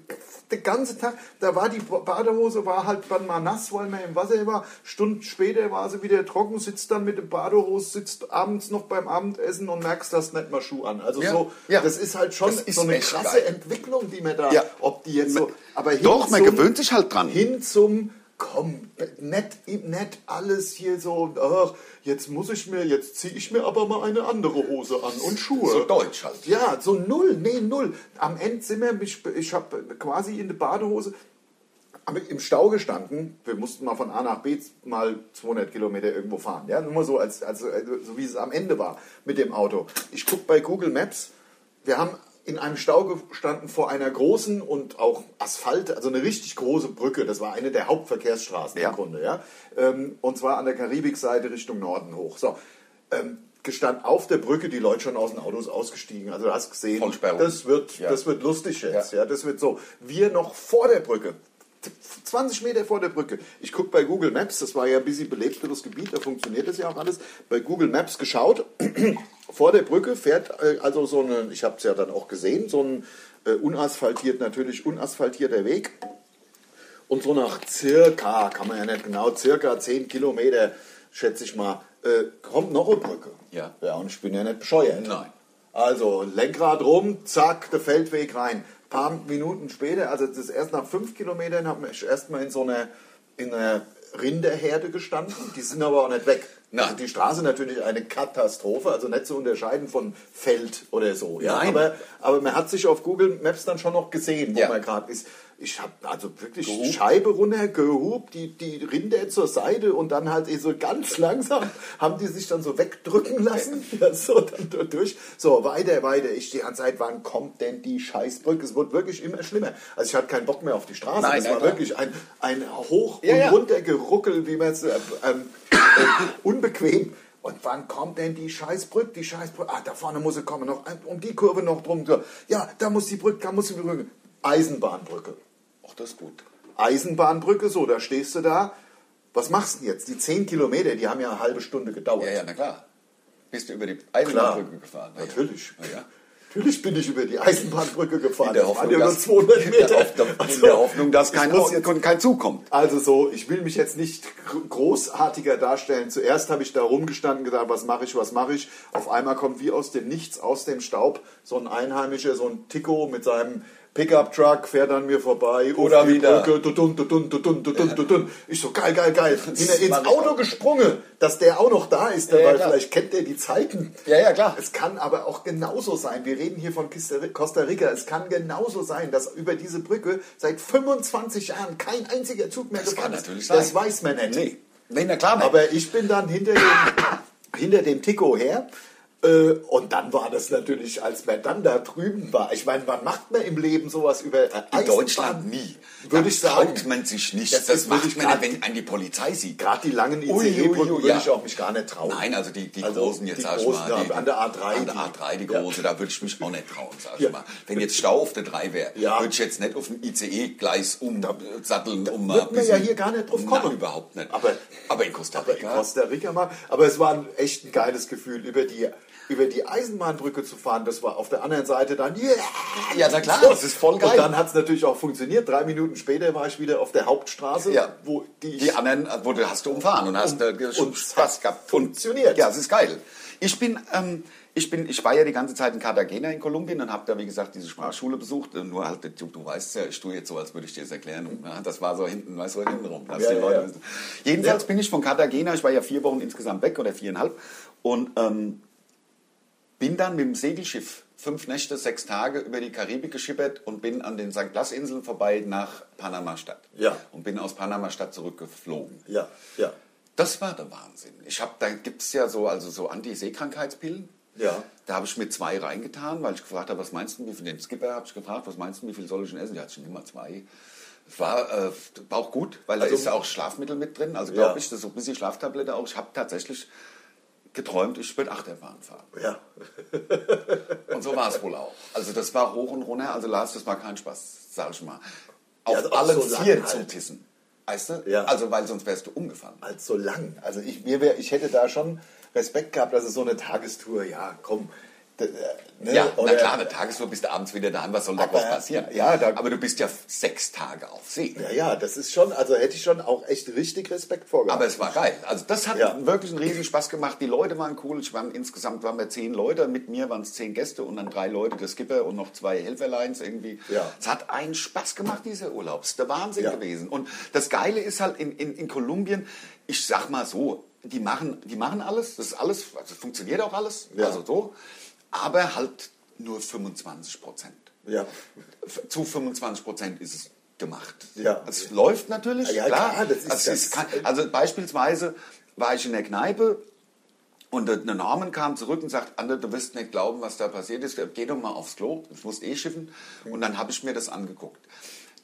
B: de ganze Tag, da war die Ba- Badehose war halt dann mal nass, weil man im Wasser war, Stunden später war sie wieder trocken, sitzt dann mit dem Badehose, sitzt abends noch beim Abendessen und merkst, dass nicht mal Schuh an, also
C: Ja,
B: so,
C: ja.
B: das ist halt schon
C: Das ist
B: so eine
C: echt
B: krasse
C: geil.
B: Entwicklung, die man da,
C: Ja.
B: ob die jetzt so, aber hin
C: Doch, man
B: zum-
C: gewöhnt sich halt dran.
B: hin zum komm, nett, nett alles hier so, ach, jetzt muss ich mir, jetzt ziehe ich mir aber mal eine andere Hose an und Schuhe.
C: So deutsch halt.
B: Ja, so null, nee, null. Am Ende sind wir, ich, ich habe quasi in der Badehose aber im Stau gestanden. Wir mussten mal von A nach B mal 200 Kilometer irgendwo fahren. Ja, nur mal so, als, als, äh, so wie es am Ende war mit dem Auto. Ich gucke bei Google Maps. Wir haben in einem Stau gestanden vor einer großen und auch Asphalt, also eine richtig große Brücke. Das war eine der Hauptverkehrsstraßen
C: Ja.
B: im Grunde. Ja? Ähm, Und zwar an der Karibikseite Richtung Norden hoch. So. Ähm, gestand auf der Brücke die Leute schon aus den Autos ausgestiegen. Also du hast gesehen,
C: Vollsperrung.
B: das wird,
C: Ja.
B: das wird lustig jetzt. Ja. das wird so. Wir noch vor der Brücke. 20 Meter vor der Brücke. Ich gucke bei Google Maps, das war ja ein bisschen belebteres Gebiet, da funktioniert das ja auch alles. Bei Google Maps geschaut, vor der Brücke fährt äh, also so eine, ich habe es ja dann auch gesehen, so ein äh, unasphaltiert, natürlich unasphaltierter Weg. Und so nach circa, kann man ja nicht genau, circa 10 Kilometer, schätze ich mal, äh, kommt noch eine Brücke.
C: Ja.
B: Ja, und ich bin ja nicht bescheuert.
C: Nein.
B: Also, Lenkrad rum, zack, der Feldweg rein. paar Minuten später, also das ist erst nach 5 Kilometern, habe ich erstmal in so einer, in einer Rinderherde gestanden. Die sind aber auch nicht weg.
C: Nein.
B: Also die Straße natürlich eine Katastrophe, also nicht zu unterscheiden von Feld oder so. Ja,
C: Nein.
B: aber, aber man hat sich auf Google Maps dann schon noch gesehen, wo
C: Ja.
B: man gerade ist. Ich habe also wirklich Scheibe runter gehupt, die, die Rinder zur Seite und dann halt eh so ganz langsam haben die sich dann so wegdrücken lassen. Ja, so, dann da durch. So, weiter, weiter. Ich die ganze Zeit, wann kommt denn die Scheißbrücke? Es wurde wirklich immer schlimmer. Also ich hatte keinen Bock mehr auf die Straße.
C: Nein,
B: es
C: nein,
B: war
C: nein.
B: wirklich ein, ein hoch
C: Ja,
B: und
C: ja.
B: runter geruckelt, wie man es äh, ähm, äh, unbequem. Und wann kommt denn die Scheißbrücke? Die Scheißbrücke. Ah, da vorne muss sie kommen. Noch ein- um die Kurve noch drum. So. Ja, da muss die Brücke, da muss die Brücke. Eisenbahnbrücke.
C: Ach, das ist gut.
B: Eisenbahnbrücke, so, da stehst du da. Was machst du denn jetzt? Die 10 Kilometer, die haben ja eine halbe Stunde gedauert.
C: Ja, ja, na klar. Bist du über die
B: Klar.
C: Eisenbahnbrücke gefahren? Na ja.
B: Natürlich.
C: Na ja.
B: Natürlich bin ich über die Eisenbahnbrücke gefahren.
C: In der
B: Das waren
C: Hoffnung,
B: ja nur
C: dass-
B: 200 Meter. Also,
C: In der Hoffnung, dass
B: ich
C: kein,
B: muss
C: Au-
B: jetzt
C: kein Zug kommt.
B: Also so, ich will mich jetzt nicht gr- großartiger darstellen. Zuerst habe ich da rumgestanden, gedacht, was mache ich, was mache ich. Auf einmal kommt wie aus dem Nichts, aus dem Staub, so ein Einheimischer, so ein Tico mit seinem Pickup-Truck, fährt an mir vorbei.
C: Oder
B: auf die
C: wieder.
B: Brücke, tutun, tutun, tutun, tutun, tutun. Ich so, geil, geil, geil. Bin
C: Das
B: ins
C: mach ich
B: Auto
C: auch.
B: gesprungen, dass der auch noch da ist.
C: ja,
B: weil
C: klar.
B: vielleicht kennt der die Zeiten.
C: Ja, ja, klar.
B: Es kann aber auch genauso sein, wir reden hier von Kiste- Costa Rica, es kann genauso sein, dass über diese Brücke seit 25 Jahren kein einziger Zug mehr
C: Das
B: gefahren
C: kann
B: ist.
C: natürlich
B: Das
C: sein.
B: weiß man nicht.
C: Nee. Nee, na klar, nicht.
B: Aber ich bin dann hinter dem, hinter dem Tico her. äh, Und dann war das natürlich, als man dann da drüben war. Ich meine, wann macht man im Leben sowas über
C: in Deutschland nie.
B: Würde
C: Da
B: ich sagen.
C: Traut man sich nicht.
B: Das
C: Das,
B: ist
C: macht
B: wirklich
C: man, nicht,
B: grad-
C: wenn einen die Polizei sieht.
B: Gerade die langen
C: Ui, ui,
B: ICE-Brücken
C: ui,
B: würde
C: ja.
B: ich auch mich gar nicht trauen.
C: Nein, also die, die
B: Also
C: großen jetzt,
B: die
C: sag ich
B: großen,
C: mal.
B: ja,
C: Die,
B: an der A3
C: An der
B: die-
C: A3, die
B: ja.
C: große, da würde ich mich auch nicht trauen, sag ich
B: Ja.
C: mal. Wenn jetzt Stau auf der 3 wäre,
B: Ja.
C: würde ich jetzt nicht auf dem E ICE-Gleis umsatteln, um mal.
B: wird man
C: ein
B: ja
C: bisschen-
B: hier gar nicht drauf
C: Nein,
B: kommen.
C: überhaupt nicht.
B: Aber-
C: aber in Costa
B: aber in
C: Rica.
B: Costa Rica mal. Aber es war ein echt ein geiles Gefühl, über die, über die Eisenbahnbrücke zu fahren. Das war auf der anderen Seite dann, yeah!
C: Ja, na klar, das ist voll geil.
B: Und dann hat es natürlich auch funktioniert. Drei Minuten später war ich wieder auf der Hauptstraße,
C: Ja.
B: wo die,
C: Die anderen äh, wurde, hast du umfahren und hast äh,
B: Und-
C: schon
B: und
C: Spaß gehabt.
B: funktioniert.
C: Ja, es ist geil. Ich bin, ähm, ich bin, ich war ja die ganze Zeit in Cartagena in Kolumbien und habe da, wie gesagt, diese Sprachschule besucht. Und Nur halt, du, du weißt ja, ich tue jetzt so, als würde ich dir das erklären. Und, na, das war so hinten, weißt du, hinten rum. Lass
B: Ja,
C: die
B: ja,
C: Leute
B: ja.
C: wissen. Jedenfalls bin ich von Cartagena, ich war ja vier Wochen insgesamt weg oder viereinhalb. Und ähm, bin dann mit dem Segelschiff fünf Nächte, sechs Tage über die Karibik geschippert und bin an den St. Blas-Inseln vorbei nach Panama-Stadt.
B: Ja.
C: Und bin aus Panama-Stadt zurückgeflogen.
B: ja, ja,
C: Das war der Wahnsinn. Ich habe, da gibt es ja so, also so Anti-Seekrankheitspillen.
B: Ja.
C: Da habe ich mir zwei reingetan, weil ich gefragt habe, was meinst du, wie viel, den Skipper habe ich gefragt, was meinst du, wie viel soll ich denn essen? Der hat schon immer zwei. Es War, äh, war auch gut, weil
B: Also-
C: da ist ja auch Schlafmittel mit drin. Also glaube
B: Ja.
C: ich, das ist so ein bisschen Schlaftablette auch. Ich habe tatsächlich geträumt, ich würde Achterbahn fahren.
B: ja.
C: Und so war es wohl auch. Also das war hoch und runter. Also Lars, das war kein Spaß, sag ich mal. Auf
B: Ja, also auch
C: allen
B: so lang
C: vier zu
B: halt.
C: pissen. Weißt du?
B: Ja.
C: Also weil sonst wärst du umgefallen.
B: als so lang. Also ich, mir wär, ich hätte da schon Respekt gehabt, dass es so eine Tagestour, ja, komm. d- äh, ne,
C: Ja,
B: oder-
C: na klar, eine Tagesuhr bist du abends wieder daheim, was soll da
B: Aber-
C: groß passieren?
B: ja, da-
C: aber du bist ja sechs Tage auf See.
B: Ja, ja, das ist schon, also hätte ich schon auch echt richtig Respekt vorgehabt.
C: Aber es war geil. Also das hat
B: Ja.
C: wirklich einen riesen Spaß gemacht. Die Leute waren cool. Ich waren, insgesamt waren wir zehn Leute. Mit mir waren es zehn Gäste und dann drei Leute, der Skipper und noch zwei Helferlines irgendwie.
B: Ja.
C: Es hat einen Spaß gemacht, dieser Urlaub. Es ist der Wahnsinn
B: Ja.
C: gewesen. Und das Geile ist halt in, in, in Kolumbien, ich sag mal so, die machen, die machen alles. Das ist alles, also funktioniert auch alles.
B: Ja.
C: Also so. Aber halt nur 25 Prozent.
B: ja.
C: Zu 25 Prozent ist es gemacht.
B: Ja.
C: Es läuft natürlich,
B: Ja,
C: klar.
B: klar, das ist äh,
C: also, es ist
B: das-
C: kein, also beispielsweise war ich in der Kneipe und der der Norman kam zurück und sagt, Ander, du wirst nicht glauben, was da passiert ist. Geh doch mal aufs Klo, ich muss eh schiffen.
B: Mhm.
C: Und dann habe ich mir das angeguckt.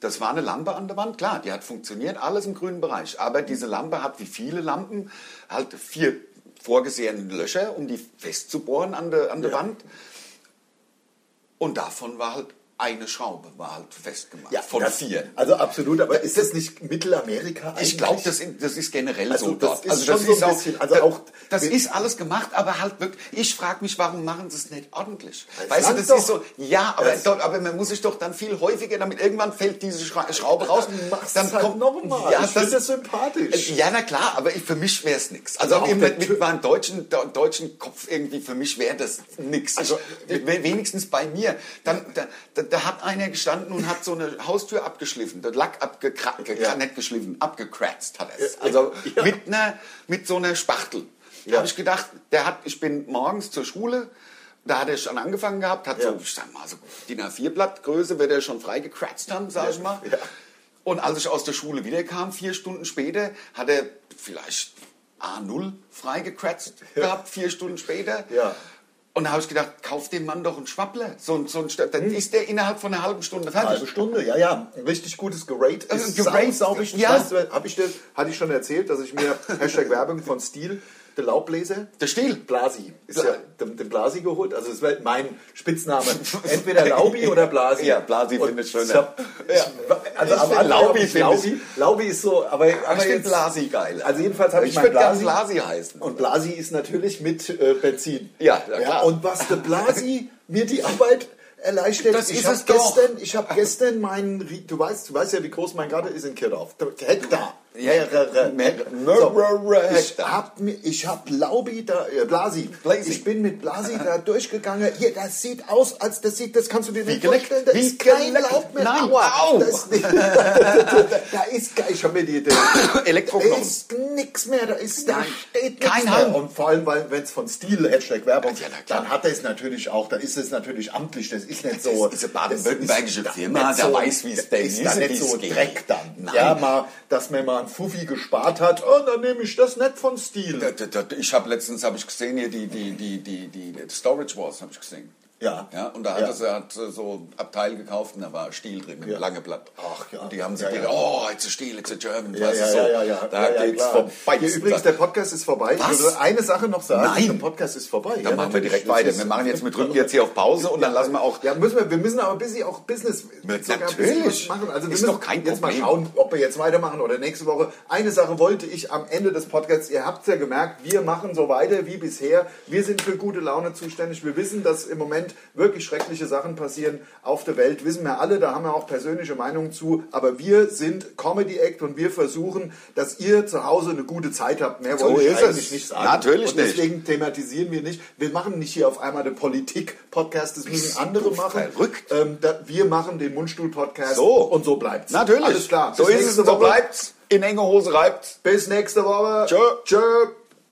C: Das war eine Lampe an der Wand, klar,
B: Mhm.
C: die hat funktioniert, alles im grünen Bereich. Aber diese Lampe hat, wie viele Lampen, halt vier, vorgesehenen Löcher, um die festzubohren an der an der Wand. Und davon war halt eine Schraube war halt festgemacht. von
B: das-
C: vier.
B: Also absolut, aber ist das nicht Mittelamerika eigentlich?
C: Ich glaube, das, in- das ist generell
B: Also
C: so
B: das
C: dort.
B: ist schon so ein bisschen, also
C: da-
B: auch-
C: das
B: wir-
C: ist alles gemacht, aber halt wirklich. Ich frage mich, warum machen sie es nicht ordentlich?
B: Das
C: weißt du,
B: langt
C: das
B: doch.
C: ist so. Ja, aber,
B: Das-
C: dort, aber man muss sich doch dann viel häufiger damit. Irgendwann fällt diese Schra Schraube raus.
B: Dann machst du's halt nochmal.
C: Ja, Äh,
B: Ich find das sympathisch.
C: Ja, na klar, aber ich, für mich wäre es nichts. Also
B: auch
C: eben
B: der
C: mit,
B: Typ-
C: mit meinem deutschen, de- deutschen Kopf irgendwie, für mich wäre das nichts. Also, wenigstens bei mir. Dann, da, da, da hat einer gestanden und hat so eine Haustür abgeschliffen, den Lack abgekratzt,
B: Ja.
C: nicht geschliffen, abgekratzt hat er es.
B: Ja.
C: Also
B: Ja.
C: mit, einer, mit so einer Spachtel.
B: Ja.
C: Habe ich gedacht, der hat, ich bin morgens zur Schule, da hat er schon angefangen gehabt, hat
B: Ja.
C: so, ich sag mal, so DIN A4-Blattgröße wird er schon freigekratzt haben, sag ich mal.
B: Ja.
C: Und als ich aus der Schule wiederkam, vier Stunden später, hat er vielleicht A0 freigekratzt gehabt, vier Stunden später.
B: Ja.
C: Und da habe ich gedacht, kauf dem Mann doch einen Schwappler. So, ein- so ein, Stab- dann ist der innerhalb von einer halben Stunde fertig.
B: Hm. Halbe Stunde, ja, ja. Ein richtig gutes Gerate ist
C: Äh,
B: sau,
C: Gerate,
B: sau wichtig.
C: ja.
B: Weißt du, hab ich dir, hatte ich schon erzählt, dass ich mir Hashtag Werbung von Stil, der Laubbläser,
C: Der Stiel.
B: Blasi, ist
C: Bla-
B: ja den, den Blasi geholt. Also es war mein Spitzname. Entweder Laubi oder Blasi.
C: Ja, Blasi
B: Und
C: finde ich schöner.
B: Ich hab,
C: Ja.
B: ich, also
C: Ich
B: am
C: find
B: Anfang
C: Laubi
B: hab ich
C: finde ich-
B: Laubi, Laubi ist so, aber, aber
C: ich finde
B: jetzt-
C: Blasi geil.
B: Also jedenfalls habe ich,
C: ich
B: meinen
C: würde gern
B: Blasi.
C: Blasi heißen.
B: Und Blasi ist natürlich mit äh, Benzin.
C: Ja, ja,
B: ja.
C: klar.
B: Und was der Blasi mir die Arbeit erleichtert,
C: Das
B: ich
C: ist
B: habe
C: es doch.
B: gestern, ich habe gestern meinen, Rie- du weißt, du weißt ja, wie groß mein Garten ist in Kirchdorf. Hektar.
C: Ja,
B: Mehrere.
C: mehrere
B: So, ich
C: Hektar.
B: hab mir, ich hab Laubi da, äh, Blasi.
C: Blasi.
B: Ich bin mit Blasi da durchgegangen. Hier, das sieht aus, als das sieht, das kannst du dir nicht
C: geleckt.
B: vorstellen. Da
C: Wie
B: ist kein
C: geleckt.
B: Laub mehr.
C: Nein.
B: Aua.
C: Au.
B: Das, da ist, ge- ich hab mir die, die da
C: Elektroknochen.
B: ist nix mehr, da ist, da steht nichts
C: kein
B: mehr.
C: Hang.
B: Und vor allem, weil wenn es von Stil Hashtag Werbung,
C: Ja, na klar.
B: dann hat er es natürlich auch, dann ist es natürlich amtlich, das ist nicht
C: Das
B: so.
C: ist eine baden-württembergische
B: das ist
C: Firma,
B: nicht
C: der weiß, wie es
B: das
C: denn
B: ist.
C: ist,
B: dann
C: wie
B: nicht
C: es
B: so
C: geht.
B: Dreck dann.
C: Nein.
B: Ja, mal, dass man mal einen Fuffi gespart hat, oh, dann nehme ich das nicht von
C: Da-
B: Stil.
C: da- da- Ich habe letztens habe ich gesehen hier die die die die die Storage Wars habe ich gesehen.
B: Ja.
C: ja und da hat
B: Ja.
C: es er hat so Abteil gekauft und da war Stiel drin, ein
B: Ja.
C: lange Blatt.
B: Ach ja.
C: Und die haben sich
B: Ja, ja.
C: gedacht, oh, it's a Stiel, it's a German,
B: Ja,
C: weißt
B: ja,
C: du so.
B: ja, ja, ja.
C: Da
B: ja, ja,
C: geht's
B: klar.
C: vorbei.
B: Hier übrigens, der Podcast ist vorbei.
C: Was?
B: Ich würde eine Sache noch sagen.
C: Nein.
B: Der Podcast ist vorbei.
C: dann machen wir direkt weiter. Wir machen jetzt, wir drücken jetzt hier auf Pause und dann lassen wir auch.
B: Ja, müssen wir, wir müssen aber ein bisschen auch Business
C: Mit-
B: sogar ein
C: natürlich.
B: bisschen was machen. Also wir
C: Ist
B: müssen
C: doch kein
B: jetzt
C: Problem.
B: mal schauen, ob wir jetzt weitermachen oder nächste Woche. Eine Sache wollte ich am Ende des Podcasts, ihr habt ja gemerkt, wir machen so weiter wie bisher. Wir sind für gute Laune zuständig. Wir wissen, dass im Moment wirklich schreckliche Sachen passieren auf der Welt. Wissen wir alle, da haben wir auch persönliche Meinungen zu. Aber wir sind Comedy Act und wir versuchen, dass ihr zu Hause eine gute Zeit habt. Mehr
C: So
B: wollte ich
C: ist
B: eigentlich
C: es.
B: nicht sagen.
C: Natürlich
B: und
C: nicht.
B: deswegen deswegen thematisieren wir nicht. Wir machen nicht hier auf einmal den Politik-Podcast, das müssen andere
C: du
B: machen.
C: verrückt?
B: Ähm, da, wir machen den Mundstuhl-Podcast
C: So.
B: und so bleibt's.
C: Natürlich.
B: Alles klar.
C: So
B: Bis
C: ist es,
B: nächste
C: so
B: Woche.
C: bleibt's. In enge Hose reibt's.
B: Bis nächste Woche.
C: Tschö.
B: Tschö.